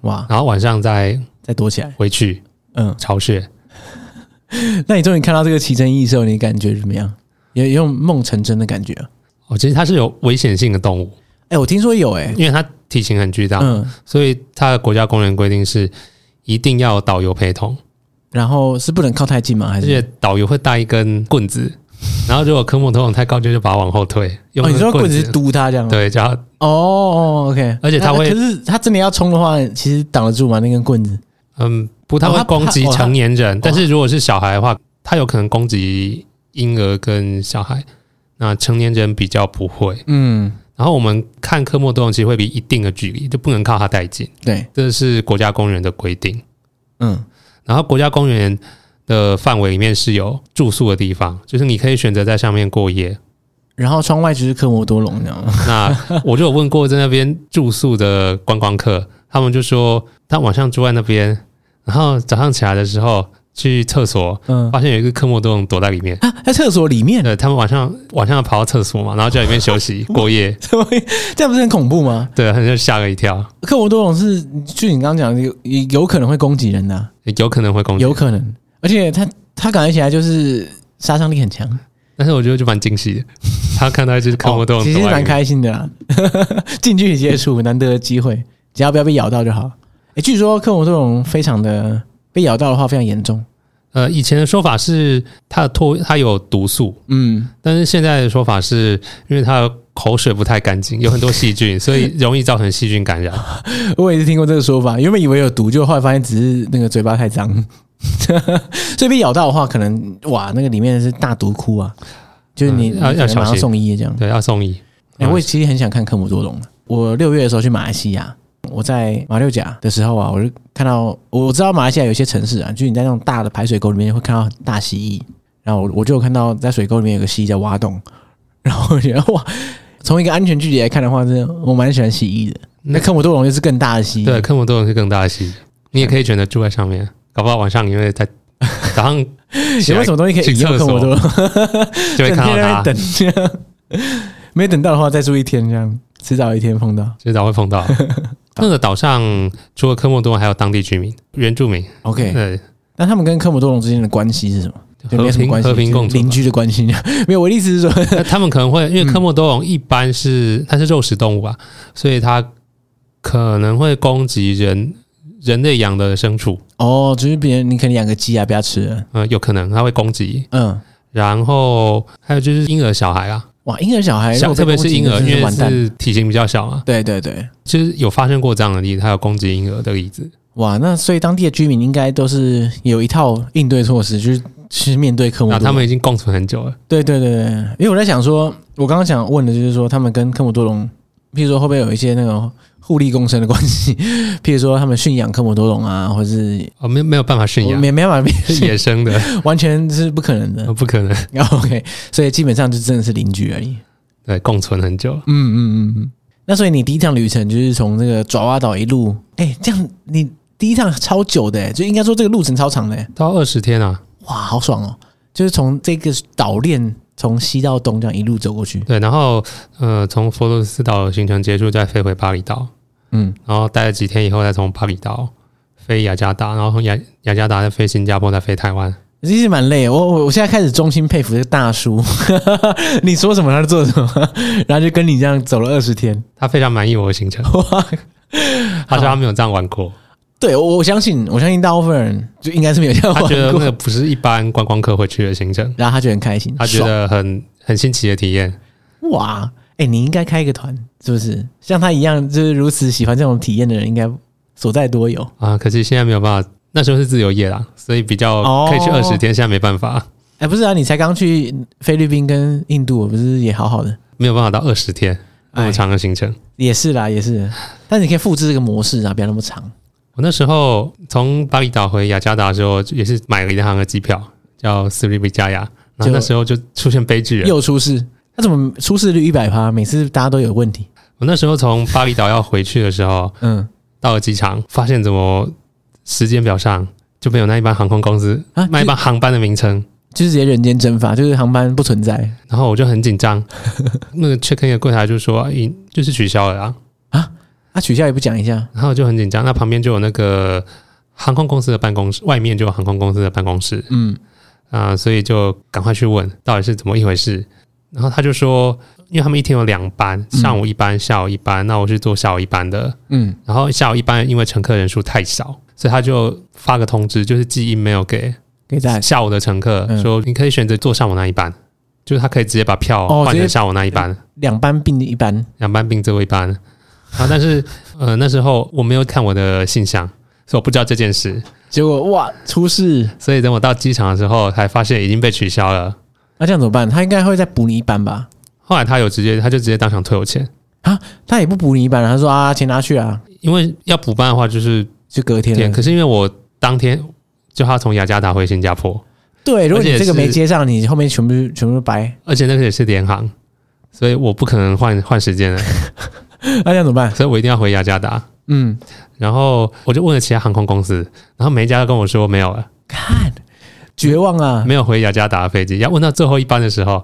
哇，然后晚上再再躲起来。回去嗯，巢穴。那你终于看到这个奇珍异兽，你感觉怎么样？有有种梦成真的感觉啊？哦，其实它是有危险性的动物，哎、我听说有哎、因为它体型很巨大，嗯，所以它的国家公园规定是一定要有导游陪同，然后是不能靠太近吗？还而是且导游会带一根棍子，然后如果科莫多龙太高就就把它往后推，用哦，你那说个棍子子嘟他这样吗？对，叫它哦哦，OK。而且他会可是他真的要冲的话，其实挡得住吗？那根棍子？嗯，不太哦它会攻击怕哦它成年人，但哦是如果是小孩的话，它有可能攻击婴儿跟小孩，那成年人比较不会。嗯，然后我们看科莫多龙其实会离一定的距离，就不能靠它太近，对，这是国家公园的规定。嗯，然后国家公园的范围里面是有住宿的地方，就是你可以选择在上面过夜。然后窗外就是科摩多龙，你知道 吗？那我就有问过在那边住宿的观光客，他们就说他晚上住在那边，然后早上起来的时候去厕所，嗯，发现有一个科莫多龙躲在里 面。啊，在厕所里面，对，他们晚上晚上跑到厕所嘛，然后就在里面休息过夜，怎么会 这样不是很恐怖吗？对，他就吓了一跳，科摩多龙是，就你刚刚讲的，有有可能会攻击人的啊、有可能会攻击。有可能，而且它它感觉起来就是杀伤力很强，但是我觉得就蛮惊喜的，他看到一只科莫多哦龙其躲实在里蛮面开心的啦， 近距离接触，难得的机会，只要不要被咬到就好。哎、据说科摩多龙非常的被咬到的话非常严重，呃，以前的说法是它的唾它有毒素，嗯，但是现在的说法是因为它的口水不太干净，有很多细菌，所以容易造成细菌感 染。 我也是听过这个说法，原本以为有毒，就后来发现只是那个嘴巴太脏， 所以被咬到的话，可能哇，那个里面是大毒窟啊，就是你、嗯要你可能要小马上心送医这样。对，要送医。哎、嗯我也其实很想看科摩多龙的。啊我六月的时候去马来西亚，我在马六甲的时候啊，我就看到我知道马来西亚有些城市啊，就是你在那种大的排水沟里面会看到大蜥蜴，然后我我就有看到在水沟里面有个蜥蜴在挖洞，然后我觉得哇，从一个安全距离来看的话，真的我蛮喜欢蜥蜴的。那那科摩多龙就是更大的蜥蜴，对，科莫多龙是更大的细菌，你也可以选择住在上面，搞不好晚上因为在早上起有没来有什么东西可以去移到厕科摩所多龙？ 就会看整天在那到边它。等。没等到的话再住一天，这样迟早一天碰到。迟早会碰 到。那个岛上除了科莫多，还有当地居民、原住民， OK，对，那他们跟科姆多龙之间的关系是什么？就没和有什么平关系，和平就是共处吧邻。居的关系。 没有，我的意思是说， 那他们可能会因为科莫多龙一般是它是肉食动物啊，所以它可能会攻击人人类养的牲畜，哦，就是别人你可能养个鸡啊，不要吃了。呃，有可能它会攻击。嗯，然后还有就是婴儿小孩啊，哇，婴儿小孩，如小果特哎被别攻是击婴儿，真的因为完蛋。是体型比较小嘛，对对对，其实有发生过这样的例子，还有攻击婴儿的例子。哇，那所以当地的居民应该都是有一套应对措施，就是去面对科姆那多龙。啊他们已经共存很久了，对对对对，因为我在想说，我刚刚想问的就是说，他们跟科姆多龙，譬如说会不会有一些那种互利共生的关系？ 譬如说他们驯养科姆多龙啊，或是哦，没没有办法驯我养，没 没 办法，是野生的，哦完全是不可能的。不可能。 OK，所以基本上就真的是邻居而已。对，共存很久。嗯嗯嗯嗯。那所以你第一趟旅程就是从这个爪哇岛一路，哎、这样你第一趟超久的、欸就应该说这个路程超长的、欸到二十天啊，哇，好爽哦！就是从这个岛链从西到东这样一路走过去，对，然后呃，从佛罗伦斯岛行程结束，再飞回巴厘岛，嗯，然后待了几天以后，再从巴厘岛飞雅加达，然后从雅雅加达再飞新加坡，再飞台湾。其实蛮累的。我我我现在开始衷心佩服这个大叔， 你说什么他就做什么，然后就跟你这样走了二十天。他非常满意我的行程，哇，他说他没有这样玩过，对我我相信，我相信大部分人就应该是没有这样 他玩觉得那过，个不是一般观光客会去的行程，然后他就很开心，他觉爽得很很新奇的体验。哇，哎、你应该开一个团，是不是？像他一样，就是如此喜欢这种体验的人，应该所在多有。啊，可惜现在没有办法，那时候是自由业啦，所以比较哦可以去二十天，现在没办法，哎、不是啊，你才刚去菲律宾跟印度，不是也好好的？没有办法到二十天那哎么长的行程。也是啦，也是。但是你可以复制这个模式啊，不要那么长。我那时候从巴厘岛回雅加达的时候，也是买了一趟的机票，叫斯里比加雅。就然后那时候就出现悲剧了。又出事，那怎么出事率一百趴？每次大家都有问题。我那时候从巴厘岛要回去的时候，嗯到了机场，发现怎么时间表上就没有那一班航空公司、啊，那一就班航班的名称。就是直接人间蒸发，就是航班不存在然后我就很 紧张，那个 check in 的柜台就说：“咦，就是取消了啊。啊，取消也不讲一下”然后我就很紧张。那旁边就有那个航空公司的办公室，外面就有航空公司的办公室。嗯啊、所以就赶快去问到底是怎么一回事。然后他就说，因为他们一天有两班，嗯上午一班，下午一班，那我去做下午一班的。嗯，然后下午一班因为乘客人数太少，所以他就发个通知，就是寄 email 给给大家下午的乘客，嗯说你可以选择坐上午那一班，就是他可以直接把票哦换直接成下午那一班，两班并一班两班并最后一班。然后但是呃那时候我没有看我的信箱，所以我不知道这件事。结果哇出事，所以等我到机场的时候，才发现已经被取消了。那、这样怎么办？他应该会再补你一班吧？后来他有直接，他就直接当场退我钱，他也不补你一班，他说啊钱拿去啊，因为要补办的话就是就隔天天，了。可是因为我当天就他从雅加达回新加坡，对，如果你而且这个没是接上，你后面全部全部都白，而且那个也是联航，所以我不可能换换时间的，那、这样怎么办？所以我一定要回雅加达。嗯，然后我就问了其他航空公司，然后每一家都跟我说没有了，看绝望啊，没有回雅加达的飞机。要问到最后一班的时候，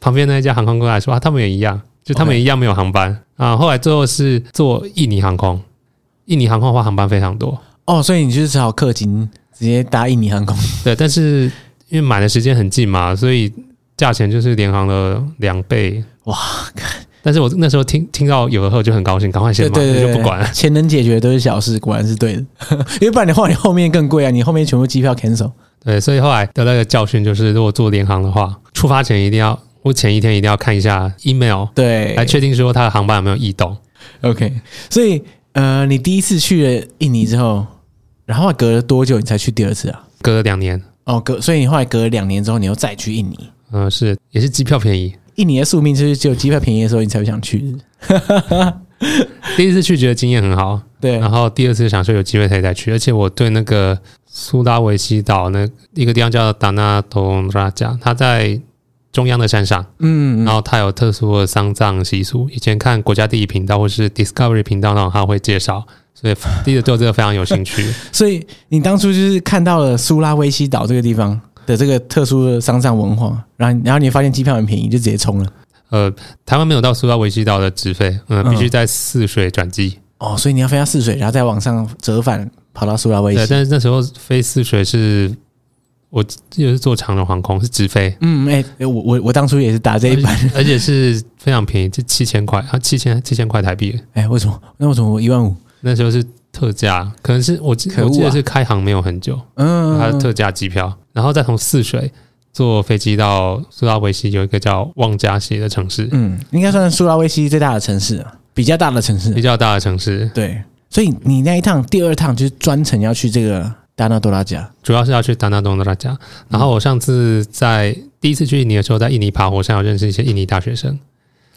旁边那一家航空公司还说啊，他们也一样，就他们 OK 也一样没有航班啊。后来最后是坐印尼航空，印尼航空的话航班非常多，哦，所以你就是只好氪金，直接搭印尼航空。对，但是因为买的时间很近嘛，所以价钱就是联航的两倍。哇！但是我那时候听听到有的后就很高兴，赶快先买，对对对 我就不管了。钱能解决都是小事，果然是对的。 因为不然的话，你后面更贵啊，你后面全部机票 cancel。 对，所以后来得到一个教训，就是如果做联航的话，出发前一定要，我前一天一定要看一下 email，对来确定说它的航班有没有异动。 ，OK。所以呃，你第一次去了印尼之后，然后隔了多久你才去第二次啊？隔了两年，哦，隔，所以你后来隔了两年之后，你又再去印尼。嗯、是也是机票便宜。印尼的宿命就是只有机票便宜的时候你才会想去。 第一次去觉得经验很好，对，然后第二次想说有机会可以再去，而且我对那个苏拉维西岛那一个地方叫达纳多拉加，它在中央的山上，嗯，然后它有特殊的丧葬习俗。以前看国家地理频道或是 Discovery 频道那种，它会介绍，所以第一对这个非常有兴趣。所以你当初就是看到了苏拉威西岛这个地方的这个特殊的丧葬文化，然后然后你发现机票很便宜，就直接冲了。呃，台湾没有到苏拉维西岛的直飞，嗯、嗯必须在泗水转机。哦，所以你要飞到泗水，然后再往上折返跑到苏拉威对，西。但是那时候飞泗水是，我记得是坐长荣航空是直飞，嗯，哎、哎我我我当初也是打这一班，而且是非常便宜，就七千块啊，七千七千块台币。哎、为什么？那为什么我一万五？那时候是特价，可能是我记、可恶啊我记得是开航没有很久，嗯，它是特价机票，然后再从泗水坐飞机到苏拉维西有一个叫望加西的城市，嗯，应该算是苏拉威西最大的城市啊，比较大的城市比。较大的城市，对，所以你那一趟第二趟就是专程要去这个达纳多拉加。主要是要去达纳东的大家。然后我上次在第一次去印尼的时候，在印尼爬火山，有认识一些印尼大学生，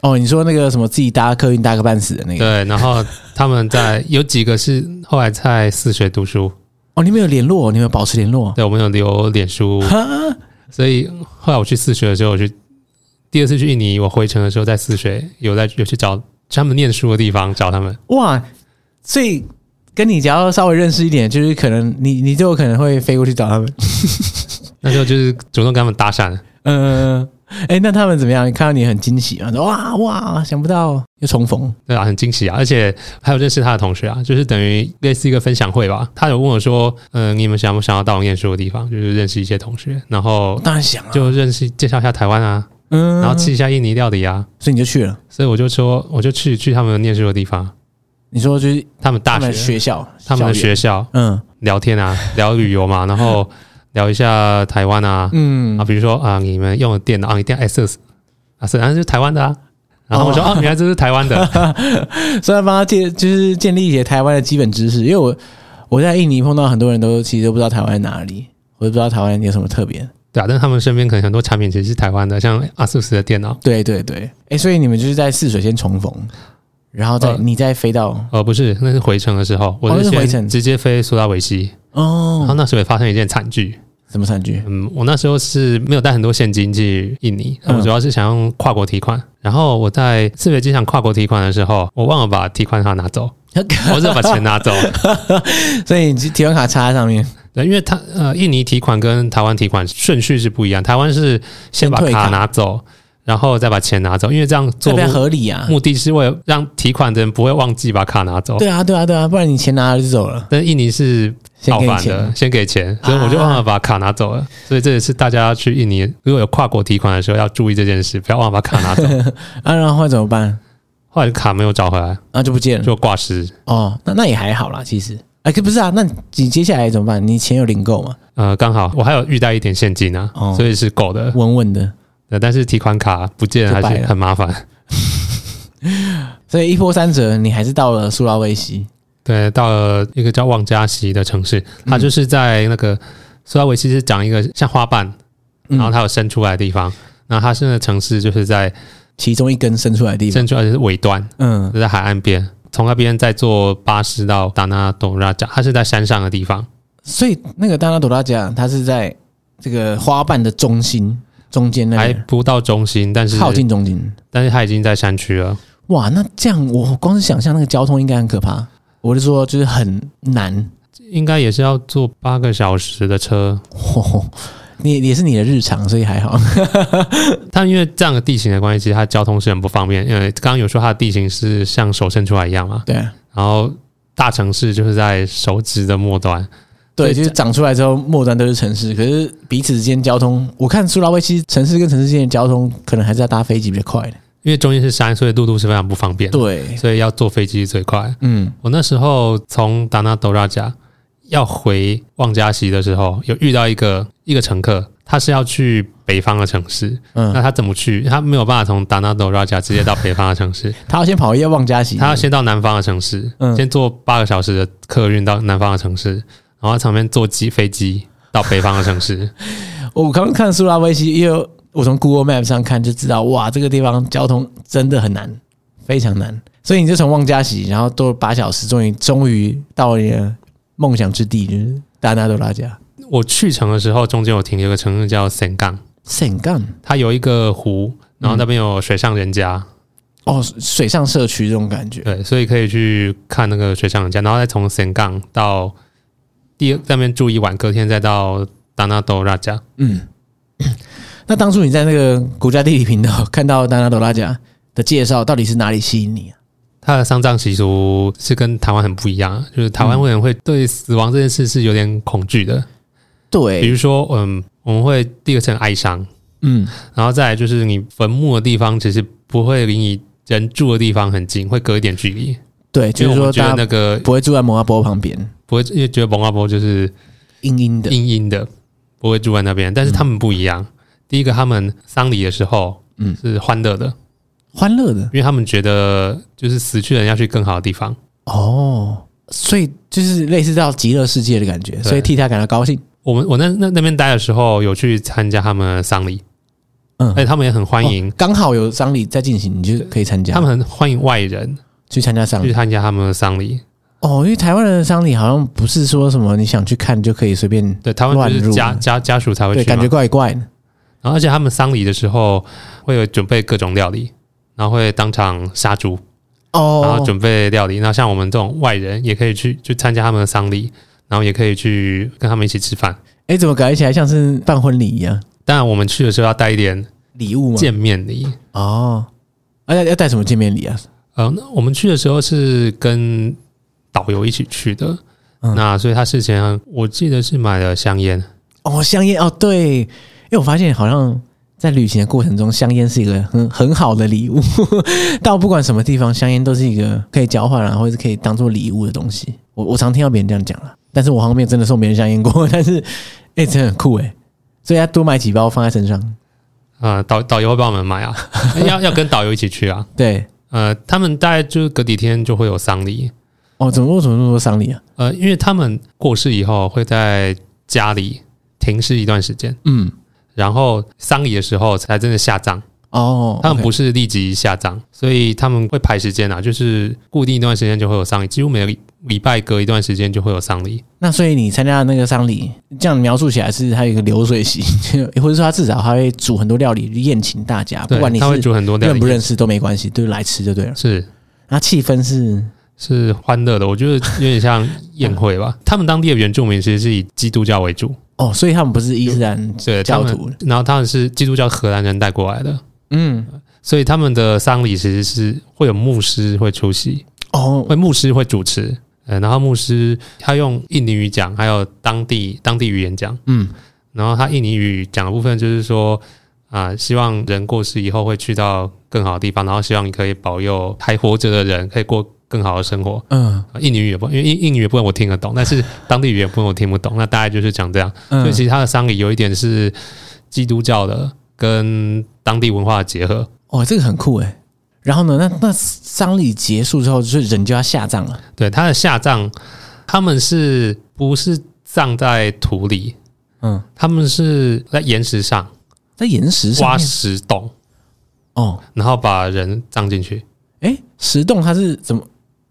哦，你说那个什么自己搭客运搭个半死的那个？对，然后他们在有几个是后来在泗水读书，哦，你们有联络，你们有保持联络？对我们有留脸书，哈，所以后来我去泗水的时候，我去第二次去印尼，我回程的时候在泗水有在有去找他们念书的地方找他们，哇！所以跟你只要稍微认识一点，就是可能你你就有可能会飞过去找他们。那时候就是主动跟他们搭讪，呃嗯、 哎、那他们怎么样？看到你很惊喜啊，说哇哇，想不到又重逢。对啊，很惊喜啊！而且还有认识他的同学啊，就是等于类似一个分享会吧。他有问我说：“嗯、你们想不想要到我念书的地方？就是认识一些同学，然后当然想啊，就认识介绍一下台湾啊，嗯，然后吃一下印尼料理啊。所以你就去了。所以我就说，我就去去他们念书的地方，你说就是他们他大们学、的学校，他们的校学园，校嗯聊天啊，聊旅游嘛，然后聊一下台湾啊，嗯啊，，比如说啊，你们用的电脑啊，一定要 Access 啊，是，然后就是台湾的啊。然后我说哦啊，原来这是 台湾的，所以要帮他建就是建立一些台湾的基本知识，因为我我在印尼碰到很多人都其实都不知道台湾在哪里，我也不知道台湾有什么特别。对啊，但是他们身边可能很多产品其实是台湾的，像 ASUS 的电脑，对对对，哎、所以你们就是在泗水先重逢，然后再、呃你再飞到呃，不是，那是回程的时候，我哦那是回先程直接飞苏拉维西，然后哦，那时候也发生一件惨剧。什么三句？嗯，我那时候是没有带很多现金去印尼，嗯我主要是想用跨国提款。然后我在泗水机场跨国提款的时候，我忘了把提款卡拿走，我只有把钱拿走。 所以你提款卡插在上面，对，因为他呃，印尼提款跟台湾提款顺序是不一样，台湾是先把先退卡卡拿走，然后再把钱拿走，因为这样这做比较目合理啊。目的是为了让提款的人不会忘记把卡拿走。对啊，对啊，对啊，不然你钱拿了就走了，但印尼是先倒给你反的钱，。啊先给钱，所以我就忘了把卡拿走了。所以这也是大家去印尼如果有跨国提款的时候要注意这件事，不要忘了把卡 拿走。啊，然后后来怎么办？后来卡没有找回来，啊，就不见了。就挂失。哦，那那也还好啦，其实。哎、可不是啊，那你接下来怎么办？你钱有领够吗？呃，刚好我还有预带一点现金啊，哦所以是够的。稳稳的。呃但是提款卡不见还就白是了很麻烦。所以一波三折，你还是到了苏拉威西。对，到了一个叫旺加西的城市，嗯它就是在那个苏拉维西是长一个像花瓣，嗯然后它有伸出来的地方。那它现在的城市就是在其中一根伸出来的地方，伸出来的是尾端，嗯，就在海岸边，从那边再坐巴士到达那多拉加，它是在山上的地方。所以那个达拉多拉加，它是在这个花瓣的中心中间那还里，不到中心，但是靠近中心。但是它已经在山区了。哇，那这样我光是想象那个交通应该很可怕。我就说，就是很 难。应该也是要坐八个小时的车，哦、你也是你的日常，所以还 好。但因为这样的地形的关系，其实它交通是很不方便。因为刚刚有说它的地形是像手伸出来一样嘛，对啊，然后大城市就是在手指的末端，对，对就是长出来之后，末端都是城市，可是彼此之间交通，我看苏拉威西城市跟城市之间的交通，可能还是要搭飞机比较快的。因为中间是山，所以路途是非常不方便，对，所以要坐飞机最快。嗯，我那时候从达纳多拉加要回旺加西的时候，有遇到一个一个乘客，他是要去北方的城市，嗯那他怎么去？他没有办法从达纳多拉加直接到北方的城市，他要先跑夜望加西，他要先到南方的城市，嗯先坐八个小时的客运到南方的城市，然后在旁边坐机飞机到北方的城市。我刚看苏拉威西，因为我从 Google Map 上看就知道，哇，这个地方交通真的很难，非常难。所以你就从望加喜，然后坐八小时，终于终于到了你的梦想之地，就是达纳多拉加。我去城的时候，中间有停留一个城市叫森港，圣干它有一个湖，然后那边有水上人家，哦，水上社区这种感觉，对，所以可以去看那个水上人家，然后再从神港到第二那边住一晚，隔天再到达纳多拉加。嗯。那当初你在那个国家地理频道看到达纳多拉贾的介绍，到底是哪里吸引你啊？他的丧葬习俗是跟台湾很不一样，就是台湾人会对死亡这件事是有点恐惧的。比对，如说，嗯，我们会第一个是很哀伤，嗯，然后再来就是你坟墓的地方其实不会离你人住的地方很近，会隔一点距离，对，就因是为我说们觉大得家那个不会住在摩阿波旁边，不会，因为觉得蒙阿波就是阴阴的，阴阴的，不会住在那边。但是他们不一样，第一个他们丧礼的时候，嗯嗯，是欢乐的，欢乐的因为他们觉得就是死去的人要去更好的地方。哦。所以就是类似到极乐世界的感觉，所以替他感到高兴。我们我那那那边待的时候，有去参加他们的丧礼，嗯而且他们也很欢迎，哦刚、好有丧礼在进行，你就可以参加。他们很欢迎外人去参加丧去礼参加他们的丧礼。哦，因为台湾人的丧礼好像不是说什么你想去看就可以随便，对，台湾就乱入是家家家属才会对，去嘛，感觉怪怪的。然后而且他们丧礼的时候会有准备各种料理，然后会当场杀猪，然哦后，准备料理。那像我们这种外人也可以去去参加他们的丧礼，然后也可以去跟他们一起吃饭。哎、怎么搞起来像是办婚礼一样？当然，我们去的时候要带一点礼物吗？见面礼。哦，而、且要带什么见面礼啊？呃，那我们去的时候是跟导游一起去的，嗯那所以他事前我记得是买了香烟，哦，香烟哦，对，因为我发现好像在旅行的过程中，香烟是一个很很好的礼物， 到不管什么地方，香烟都是一个可以交换啊，或者是可以当做礼物的东西。我我常听到别人这样讲啦，但是我好像没有真的送别人香烟过， 但是哎、真的很酷哎、所以要多买几包放在身上。呃，导导游会帮我们 买啊，要要跟导游一起去啊。对，呃，他们大概就是隔几天就会有丧礼，哦，怎么为什么那么多丧礼啊？呃，因为他们过世以后会在家里停尸一段时间，嗯，然后丧礼的时候才真的下葬。哦，他们 OK 不是立即下葬，所以他们会排时间啊，就是固定一段时间就会有丧礼，几乎每个礼礼拜隔一段时间就会有丧礼。那所以你参加的那个丧礼，这样描述起来是它有一个流水席， 就或者说它至少还会煮很多料理宴请大家，不对管你，他会是煮很多料认理，不认识都没关系，就是来吃就对了。是那气氛是是欢乐的，我觉得有点像宴 会吧。他们当地的原住民其实是以基督教为主，哦，所以他们不是伊斯兰对他教们，徒，然后他们是基督教荷兰人带过来的，嗯，所以他们的丧礼其实是会有牧师会出席，哦，会牧师会主持，呃，然后牧师他用印尼语讲，还有当地当地语言讲，嗯，然后他印尼语讲的部分就是说啊、希望人过世以后会去到更好的地方，然后希望你可以保佑还活着的人可以过更好的生活。嗯啊印尼语也不，因为印印尼语部分我听得懂，但是当地语言部分我听不懂，那大概就是讲这样。所以嗯其，实他的丧礼有一点是基督教的跟当地文化的结合。哦，这个很酷哎。然后呢，那那丧礼结束之后，就是人就要下葬了，对，他的下葬，他们是不是葬在土里？嗯，他们是在岩石上在岩石上挖面石洞，哦，然后把人葬进去，哎，石洞它是怎么？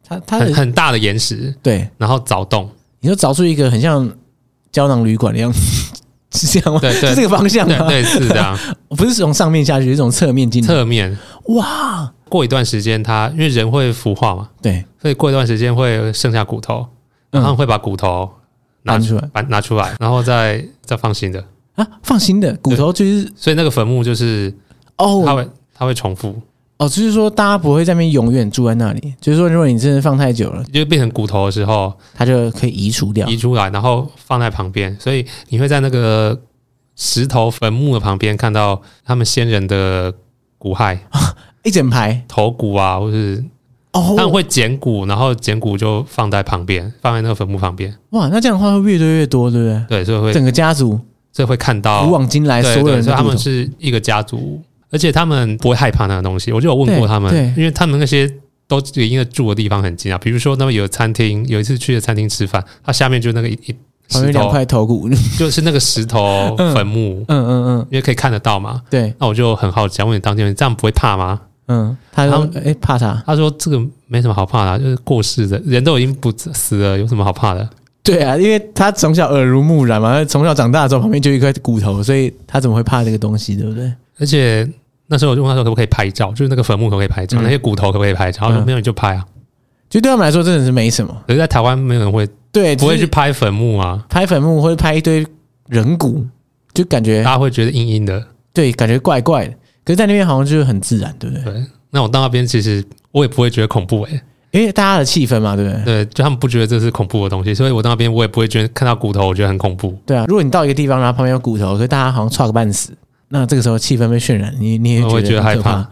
它它很的很大的岩石，对，然后凿洞。你就找出一个很像胶囊旅馆的样子， 是这样吗？对对是这个方向对吗？嗯对，是 这样。不是从上面下去，是从侧面进来。侧面哇，过一段时间它，因为人会腐化嘛，对，所以过一段时间会剩下骨头，然后他们嗯会把骨头拿搬出来把拿出来，然后再再放新的。啊，放心的骨头就是所以那个坟墓就是哦，它会它会重复，哦，就是说大家不会在那边永远住在那里，就是说如果你真的放太久了，就变成骨头的时候，它就可以移除掉移。出来，然后放在旁边，所以你会在那个石头坟墓的旁边看到他们先人的骨骸、一整排头骨啊，或是哦他，们会捡骨，然后捡骨就放在旁边，放在那个坟墓旁边。哇，那这样的话会越堆越多，对不对？对，所以会整个家族所以会看到古，往今来，所对有对，人所的以他骨们头，是一个家族，而且他们不会害怕那个东西。我就有问过他们对，对因为他们那些。都离那住的地方很近啊，比如说那么有餐厅，有一次去的餐厅吃饭，它下面就那个一一旁边石两头，块头骨， 就是那个石头嗯坟墓，嗯嗯嗯，因为可以看得到嘛。对，那我就很好奇，问你当地人这样不会怕吗？嗯，他然说后哎、怕啥？他说这个没什么好怕的啊、就是过世的人都已经不死了，有什么好怕的？对啊，因为他从小耳濡目染嘛，他从小长大之后旁边就一块骨头，所以他怎么会怕这个东西，对不对？而且那时候我就问他说可不可以拍照，就是那个坟墓可不可以拍照，嗯那些骨头可不可以拍照？他嗯说没有你就拍啊。就对他们来说真的是没什么，可是在台湾没有人欸会对，不会就是去拍坟墓啊，拍坟墓或者拍一堆人骨，就感觉大家会觉得阴阴的。对，感觉怪怪的。可是，在那边好像就是很自然，对不对？对，那我到那边其实我也不会觉得恐怖诶、欸因为大家的气氛嘛，对不对？对，就他们不觉得这是恐怖的东西，所以我到那边我也不会觉得看到骨头我觉得很恐怖。对啊，如果你到一个地方，然后旁边有骨头，可是大家好像踹个半死，那这个时候气氛被渲染，你你也我会觉得很害可怕。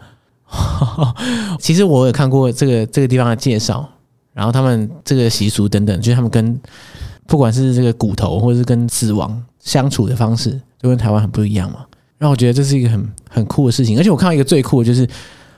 其实我有看过这个这个地方的介绍，然后他们这个习俗等等，就是他们跟不管是这个骨头，或者是跟死亡相处的方式，就跟台湾很不一样嘛。然后我觉得这是一个很很酷的事情，而且我看到一个最酷的就是，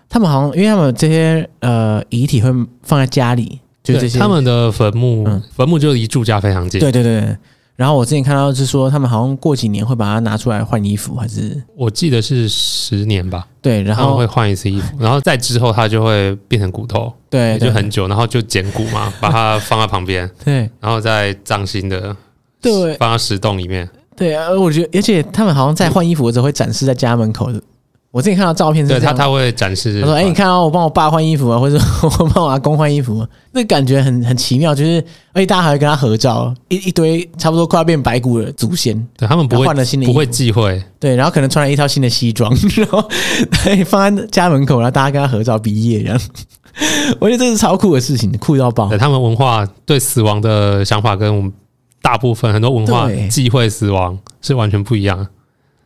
他们好像因为他们这些呃遗体会放在家里，就是这对，些他们的坟墓，嗯坟墓就离住家非常近。对对对。对然后我之前看到是说，他们好像过几年会把它拿出来换衣服，还是我记得是十年吧，对，然他们后哦会换一次衣服，然后再之后它就会变成骨头，对也就对很久，然后就捡骨嘛，把它放在旁边，对然后再葬心的对放到石洞里面。对啊！我觉得，而且他们好像在换衣服的时候会展示在家门口的。我之前看到照片是对这他样他会展示，他说：“哎、你看啊，我帮我爸换衣服啊， 或者说我帮我阿公换衣服、啊，那感觉很很奇妙，就是而且大家还会跟他合照，一一堆差不多快要变白骨的祖先，对他们不他会换了新的衣服不会忌讳，对，然后可能穿了一套新的西装， 然后放在家门口，然后大家跟他合照毕业这样。 我觉得这是超酷的事情，酷到爆对。他们文化对死亡的想法跟我们大部分很多文化对忌讳死亡是完全不一样的。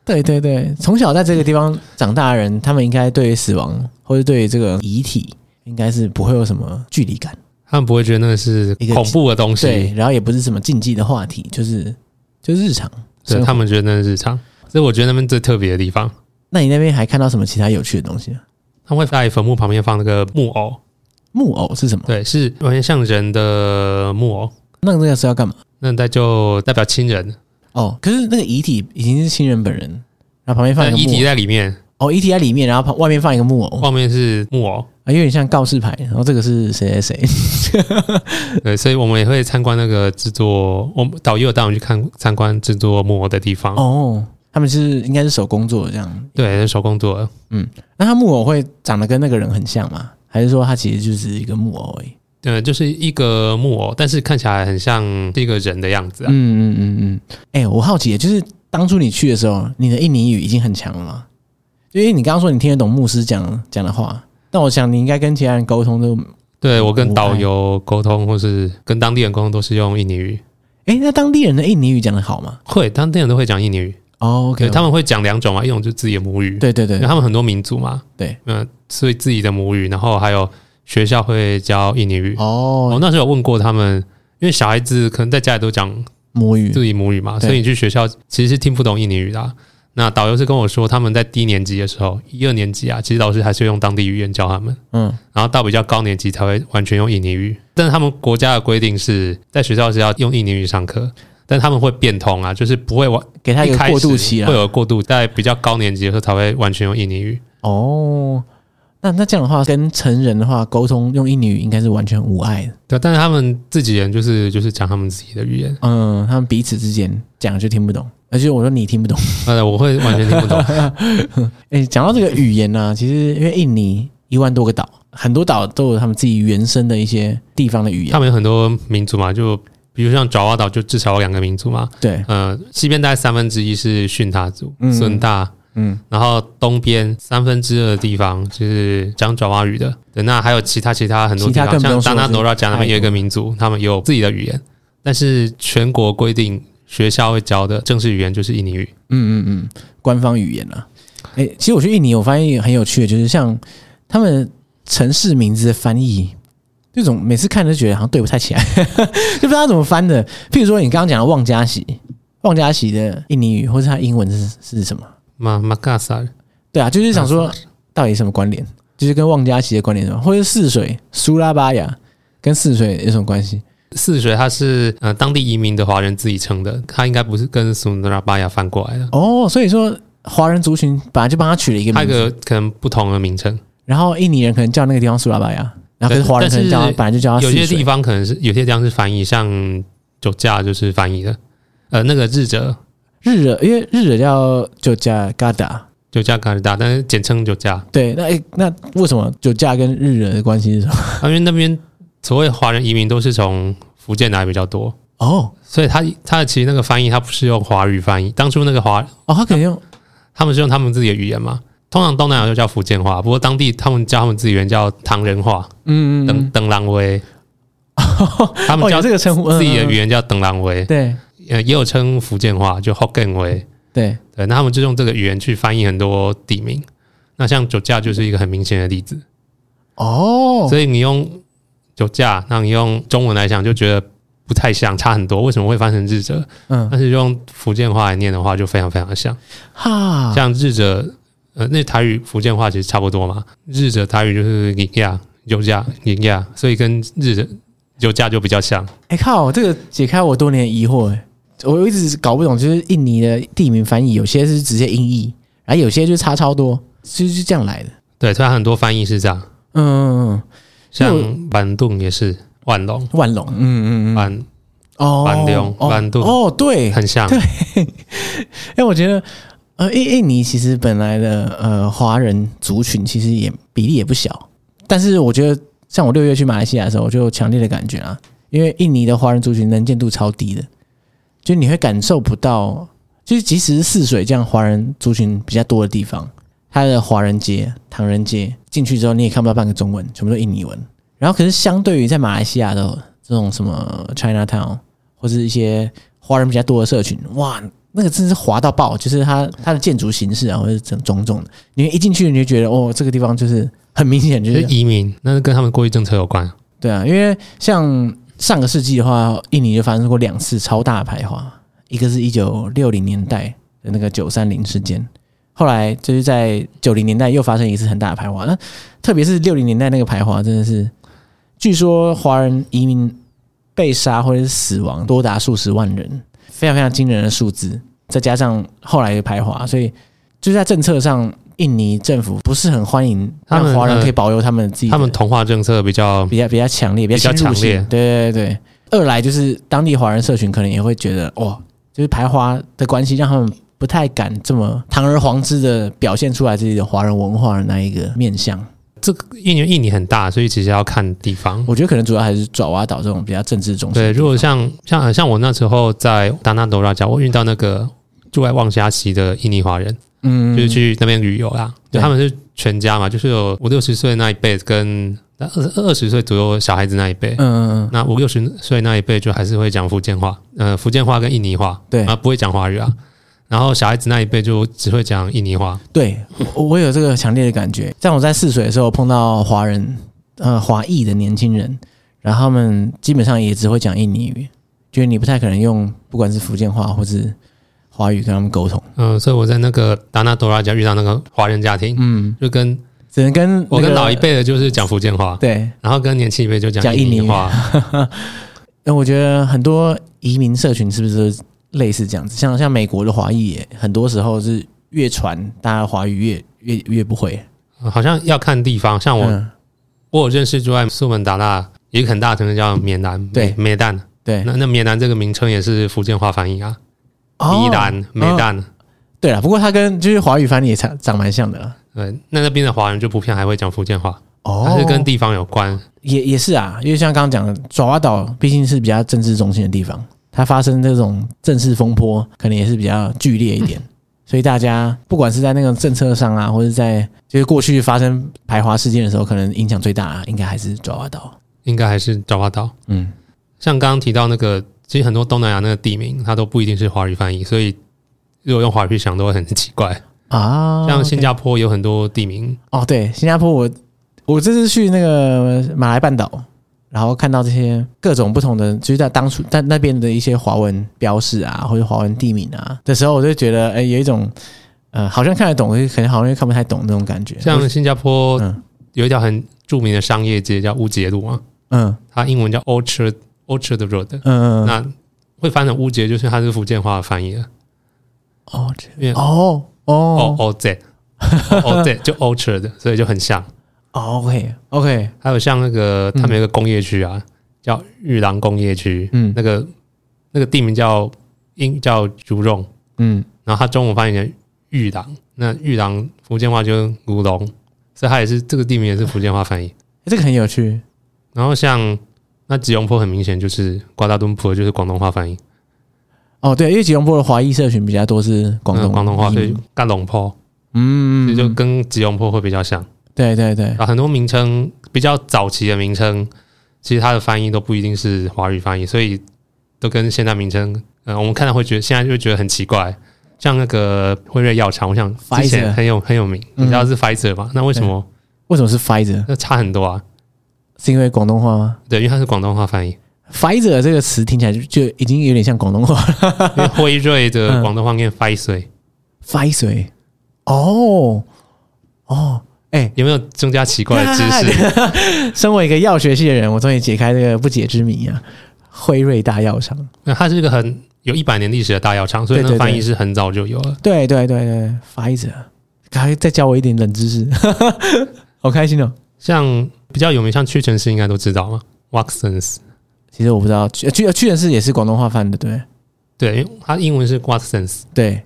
对对对，从小在这个地方长大的人，他们应该对于死亡或者对于这个遗体，应该是不会有什么距离感。他们不会觉得那是一个恐怖的东对，西，然后也不是什么禁忌的话题，就是就是日常对生活他们觉得那是日常。所以我觉得那边最特别的地方，那你那边还看到什么其他有趣的东西啊？他们会在坟墓旁边放那个木偶，木偶是什么？对，是完全像人的木偶，那这个是要干嘛？那代就代表亲人，哦，可是那个遗体已经是亲人本人，然后旁边放一但个呃遗木体偶，在里面，哦，遗体在里面，然后旁外面放一个木偶，外面是木偶，啊，有点像告示牌。然后这个是谁谁谁？对，所以我们也会参观那个制作，我们导游有带我们去看参观制作木偶的地方， 哦，他们是应该是手工做的这样。对，手工做的，那他木偶会长得跟那个人很像吗？还是说他其实就是一个木偶而已？对，呃就是一个木偶，但是看起来很像是一个人的样子啊。嗯嗯嗯嗯。哎、我好奇，就是当初你去的时候，你的印尼语已经很强了吗？因为你刚刚说你听得懂牧师讲讲的话，但我想你应该跟其他人沟通都对我跟导游沟通，或是跟当地人沟通，都是用印尼语，诶，哎那当地人的印尼语讲的好吗？会当地人都会讲印尼语。哦，OK，对，他们会讲两种嘛，一种就是自己的母语，，对对对因为，他们很多民族嘛，对，嗯、所以自己的母语，然后还有学校会教印尼语。我、哦，那时候有问过他们，因为小孩子可能在家里都讲母语自己母语嘛，对所以你去学校其实是听不懂印尼语的啊、那导游是跟我说，他们在低年级的时候，一二年级啊，其实老师还是用当地语言教他们，嗯，然后到比较高年级才会完全用印尼语。但是他们国家的规定是在学校是要用印尼语上课，但他们会变通啊，就是不会完给他一一个开始过渡期会啦。有过渡，在比较高年级的时候才会完全用印尼语。哦，那那这样的话，跟成人的话沟通用印尼语应该是完全无碍的。对，但是他们自己人就是就是讲他们自己的语言，嗯，他们彼此之间讲就听不懂，而且我说你听不懂。 呃，我会完全听不懂。诶，讲到这个语言呢、啊其实因为印尼一万多个岛，很多岛都有他们自己原生的一些地方的语言他。们有很多民族嘛，就比如像爪哇岛就至少有两个民族嘛，对，呃，西边大概三分之一是逊他族嗯、孙大，嗯，然后东边三分之二的地方就是讲爪哇语的。对，那还有其他其他很多地其他更方，不用像说达了纳罗拉讲那太边多有一个民族，他们有自己的语言，但是全国规定学校会教的正式语言就是印尼语。嗯嗯嗯，官方语言啊。诶，其实我去印尼，我发现很有趣的，就是像他们城市名字的翻译，这种每次看都觉得好像对不太起来，就不知道怎么翻的。譬如说你刚刚讲的旺加喜，旺加喜的印尼语或是它英文是是什么？马马嘎萨，对啊，就是想说到底什么关联，就是跟旺加喜的关联是什么，或者是泗水苏拉巴雅跟泗水有什么关系？泗水它是呃当地移民的华人自己称的，它应该不是跟苏纳拉巴雅翻过来的，哦，所以说华人族群本来就帮他取了一个它名有字，个可能不同的名称。然后印尼人可能叫那个地方苏拉巴雅，然后可是对华人可能叫他但是本来就叫他有些泗啊水地方可能是有些地方是翻译，像酒驾就是翻译的，呃，那个日者日惹，因为日惹叫酒驾嘎达，酒驾嘎日达，但是简称酒 驾，对，那诶那为什么酒驾跟日惹的关系是什么？啊因为那边所谓华人移民都是从福建来比较多，哦所以他他其实那个翻译他不是用华语翻译，当初那个华哦，他可能用他们是用他们自己的语言嘛。通常东南亚就叫福建话，不过当地他们叫他们自己语言叫唐人话，嗯，嗯登登 浪威，他哦们有叫这个称呼，嗯自己的嗯语言叫登浪威，对呃，也有称福建话就 Hokkien 威，对，对，那他们就用这个语言去翻译很多地名。那像酒驾就是一个很明显的例子，哦，所以你用酒驾，那你用中文来讲就觉得不太像，差很多。为什么会翻成日者？嗯，但是用福建话来念的话，就非常非常的像。哈，像日者，呃，那台语福建话其实差不多嘛。日者台语就是“呀”，酒驾“呀”，所以跟日者酒驾就比较像。哎、靠，这个解开我多年的疑惑、哎，我一直搞不懂，就是印尼的地名翻译，有些是直接音译，然后有些就差超多，就是这样来的。对，虽然很多翻译是这样，嗯嗯，嗯像板洞也是万隆，嗯万隆，嗯嗯嗯，板哦，万隆哦万度哦，对，很像。哎、我觉得，呃，印印尼其实本来的呃华人族群其实也比例也不小，但是我觉得，像我六月去马来西亚的时候，我就有强烈的感觉啊，因为印尼的华人族群能见度超低的，就你会感受不到，就是即使是泗水这样华人族群比较多的地方，它的华人街、唐人街进去之后，你也看不到半个中文，全部都印尼文。然后，可是相对于在马来西亚的这种什么 China Town 或是一些华人比较多的社群，哇，那个真是滑到爆，就是它它的建筑形式啊，或者整种种的，你一进去你就觉得哦，这个地方就是很明显就就是是移民，那是跟他们过去政策有关。对啊，因为像上个世纪的话，印尼就发生过两次超大排华，一个是一九六零年代的那个九三零事件，后来就是在九零年代又发生一次很大的排华。那特别是六零年代那个排华，真的是，据说华人移民被杀或者是死亡多达数十万人，非常非常惊人的数字。再加上后来的排华，所以就在政策上，印尼政府不是很欢迎他让们华人呃可以保有他们自己的他们同化政策比较比较比较强烈，比比较较侵入强烈性对对对对。二来就是当地华人社群可能也会觉得，哦，就是排华的关系，让他们不太敢这么堂而皇之的表现出来自己的华人文化的那一个面向。这个印尼印尼很大，所以其实要看地方。我觉得可能主要还是爪哇岛这种比较政治中心对，的地方。如果像像呃像我那时候在达纳多拉家，我遇到那个住在望峡西的印尼华人，嗯就是去那边旅游啦。对就他们是全家嘛，就是有五六十岁那一辈跟二二十岁左右小孩子那一辈。嗯嗯那五六十岁那一辈就还是会讲福建话，呃，福建话跟印尼话，对啊，不会讲华语啊。然后小孩子那一辈就只会讲印尼话，对我我有这个强烈的感 觉。像我在泗水的时候碰到华人，呃，华裔的年轻人，然后他们基本上也只会讲印尼语，就是你不太可能用不管是福建话或是华语跟他们沟通。嗯、所以我在那个达纳多拉家遇到那个华人家庭，嗯，就跟只能跟、我跟老一，辈的就是讲福建话，对，然后跟年轻一辈就讲讲印印尼尼 话，那我觉得很多移民社群是不是都类似这样子？像像美国的华裔也，很多时候是越传大家华语越越越不会。呃好像要看地方。像我，嗯，我有认识住在苏门答腊有一个很大的城市叫缅南，对缅甸。对，那那缅南这个名称也是福建话翻译啊，哦米兰、美丹。对了，不过他跟就是华语翻译也长长蛮像的啊。对，呃那那边的华人就普遍还会讲福建话，哦它是跟地方有关。也也是啊，因为像刚刚讲的，爪哇岛毕竟是比较政治中心的地方，它发生这种政治风波，可能也是比较剧烈一 点。所以大家不管是在那个政策上啊，或者在就是过去发生排华事件的时候，可能影响最大、啊，应该还是爪哇岛。应该还是爪哇岛。嗯，像刚刚提到那个，其实很多东南亚那个地名，它都不一定是华语翻译，所以如果用华语去想，都会很奇怪。啊，像新加坡有很多地名，哦，对，新加坡我我这次去那个马来半岛，然后看到这些各种不同的，就是在当初在那边的一些华文标示啊，或者华文地名啊的时候，我就觉得哎，有一种呃，好像看得懂，可是可能好像又看不太懂那种感觉。像新加坡嗯有一条很著名的商业街叫乌节路嘛，嗯它英文叫 Orchard Orchard Road。嗯嗯那会翻成乌节，就是它是福建话翻译的，哦因为哦哦哦哦这哦这就 Orchard，所以就很像。哦，OK OK，还有像那个他们有一个工业区啊，叫玉郎工业区，嗯那个那个地名叫英叫竹弄，嗯然后它中文翻译成玉郎，那玉郎福建话就是古龙，所以它也是这个地名也是福建话翻译。这个很有趣然后像那吉隆坡很明显就是瓜达敦坡就是广东话翻译，哦，对，因为吉隆坡的华裔社群比较多是广嗯东广东话移对民，干龙坡，所以嗯，就跟吉隆坡会比较像。对对对，啊，很多名称比较早期的名称，其实它的翻译都不一定是华语翻译，所以都跟现在名称，呃，我们看到会觉得现在就会觉得很奇怪。像那个辉瑞药厂，我想之 Pfizer 前很有很有名，嗯你知道是 Pfizer 嘛？那为什么为什么是 Pfizer？那差很多啊？是因为广东话吗对，因为它是广东话翻 译， ？Pfizer 这个词听起来就就已经有点像广东话了。 因为辉瑞的嗯广东话念 Pfizer， Pfizer，哦哦，哎、有没有增加奇怪的知 识？身为一个药学系的人，我终于解开这个不解之谜啊！辉瑞大药厂，那它是一个很有一百年历史的大药厂，所以对那对个翻对译是很早就有了。对对对对，Pfizer，还再教我一点冷知识， 好开心哦！像比较有名，像屈臣氏应该都知道嘛，Watsons。其实我不知道，屈屈屈臣氏也是广东话翻的，对对，因为它英文是 Watsons，对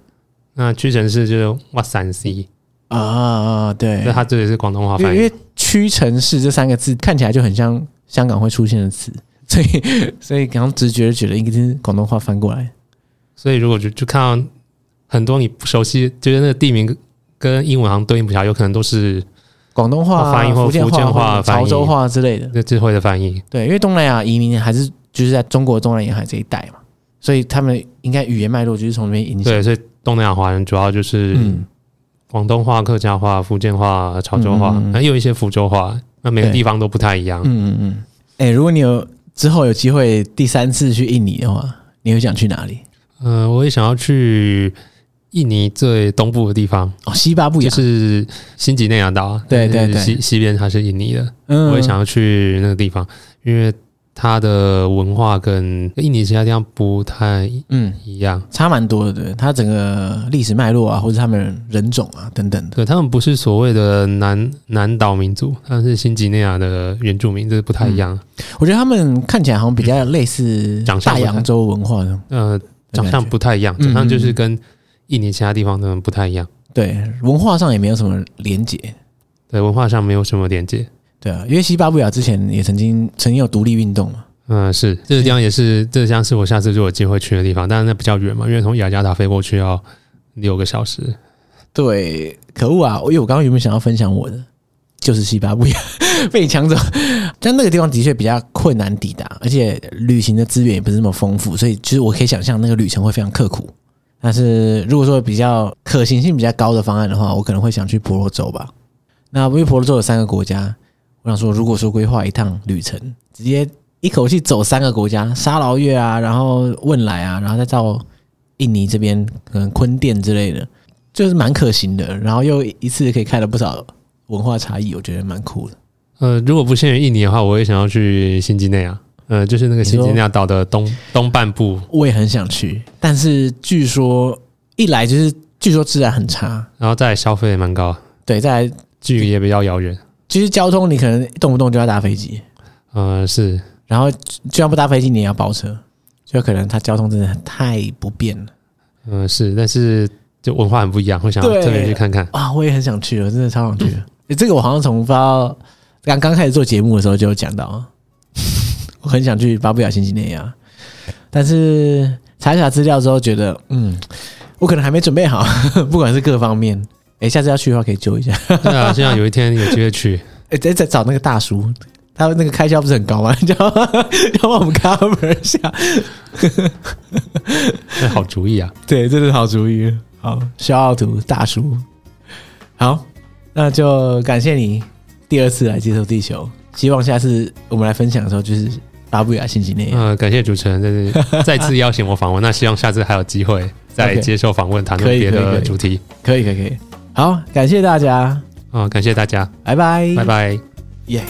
那屈臣氏就是 Watsons，啊啊对那，它这里是广东话因为翻因译为。屈臣氏这三个字看起来就很像香港会出现的词，所以 所以刚刚直觉就觉得应该是广东话翻过来。所以如果就就看到很多你不熟悉，就是那个地名跟英文好像对应不起来，有可能都是广东话、哦翻译或福建福建话或者翻译潮州话之类的。那智慧的翻译。对，因为东南亚移民还是就是在中国东南沿海这一带嘛，所以他们应该语言脉络就是从那边影响。对，所以东南亚华人主要就是嗯，广东话、客家话、福建话、潮州话，嗯嗯嗯还有一些福州话。那每个对地方都不太一样嗯。嗯嗯。哎、如果你有之后有机会第三次去印尼的话，你会想去哪里？嗯、我也想要去印尼最东部的地方，哦，西巴布就亚。是新几内亚岛。啊对对就是对西西边它是印尼的。嗯我也想要去那个地方，因为它的文化跟印尼其他地方不太嗯，一样。差蛮多的，对，它整个历史脉络啊，或者他们人种啊等等的。对他们不是所谓的南南岛民族，他们是新几内亚的原住民，这不太一样。我觉得他们看起来好像比较类似长相大不太洋洲文化那种呃，嗯的感长觉，相不太一样，嗯长相就是跟印尼其他地方的人不太一样。对，文化上也没有什么连结。对，文化上没有什么连接。对啊，因为西巴布亚之前也曾经曾经有独立运动嘛。嗯、是这个地方也是这个地方是我下次如果有机会去的地方，但是那比较远嘛，因为从雅加达飞过去要六个小时。对，可恶啊！因为我刚刚原本想要分享我的，就是西巴布亚 被你抢走，但那个地方的确比较困难抵达，而且旅行的资源也不是那么丰富，所以其实我可以想象那个旅程会非常刻苦。但是如果说比较可行性比较高的方案的话，我可能会想去婆罗洲吧。那因为婆罗洲有三个国家，我想说，如果说规划一趟旅程，直接一口气走三个国家，沙劳越啊，然后汶莱啊，然后再到印尼这边，可能坤甸之类的，就是蛮可行的，然后又一次可以看了不少文化差异，我觉得蛮酷的。呃，如果不限于印尼的话，我也想要去新几内亚，呃，就是那个新几内亚岛的东东半部，我也很想去，但是据说一来就是据说治安很差，然后再来消费也蛮高，对，再来距离也比较遥远。就是交通你可能动不动就要搭飞机，呃，是然后就算不搭飞机你也要包车，就可能它交通真的太不便了呃是，但是就文化很不一样，会想要对特别去看看。啊！我也很想去，我真的超想去的。诶这个我好像从不知道刚刚开始做节目的时候就有讲到 啊，我很想去巴布亚新几内亚，但是查一查资料之后觉得，嗯，我可能还没准备好， 不管是各方面。哎、下次要去的话可以揪一下。对啊，希望有一天有机 会去。哎、再再找那个大叔，他那个开销不是很高吗？ 要要帮我们 cover 一下。那好主意啊！对，这是好主意。好，肖奥图大叔，好，那就感谢你第二次来接受地球。希望下次我们来分享的时候，就是巴布亚新几内亚，呃，感谢主持人，再次再次邀请我访问，那希望下次还有机会再 OK 接受访问，谈可论以别可以可的以主题。呃可以，可以，可以。好，感谢大家，啊、感谢大家，拜拜，拜拜。耶。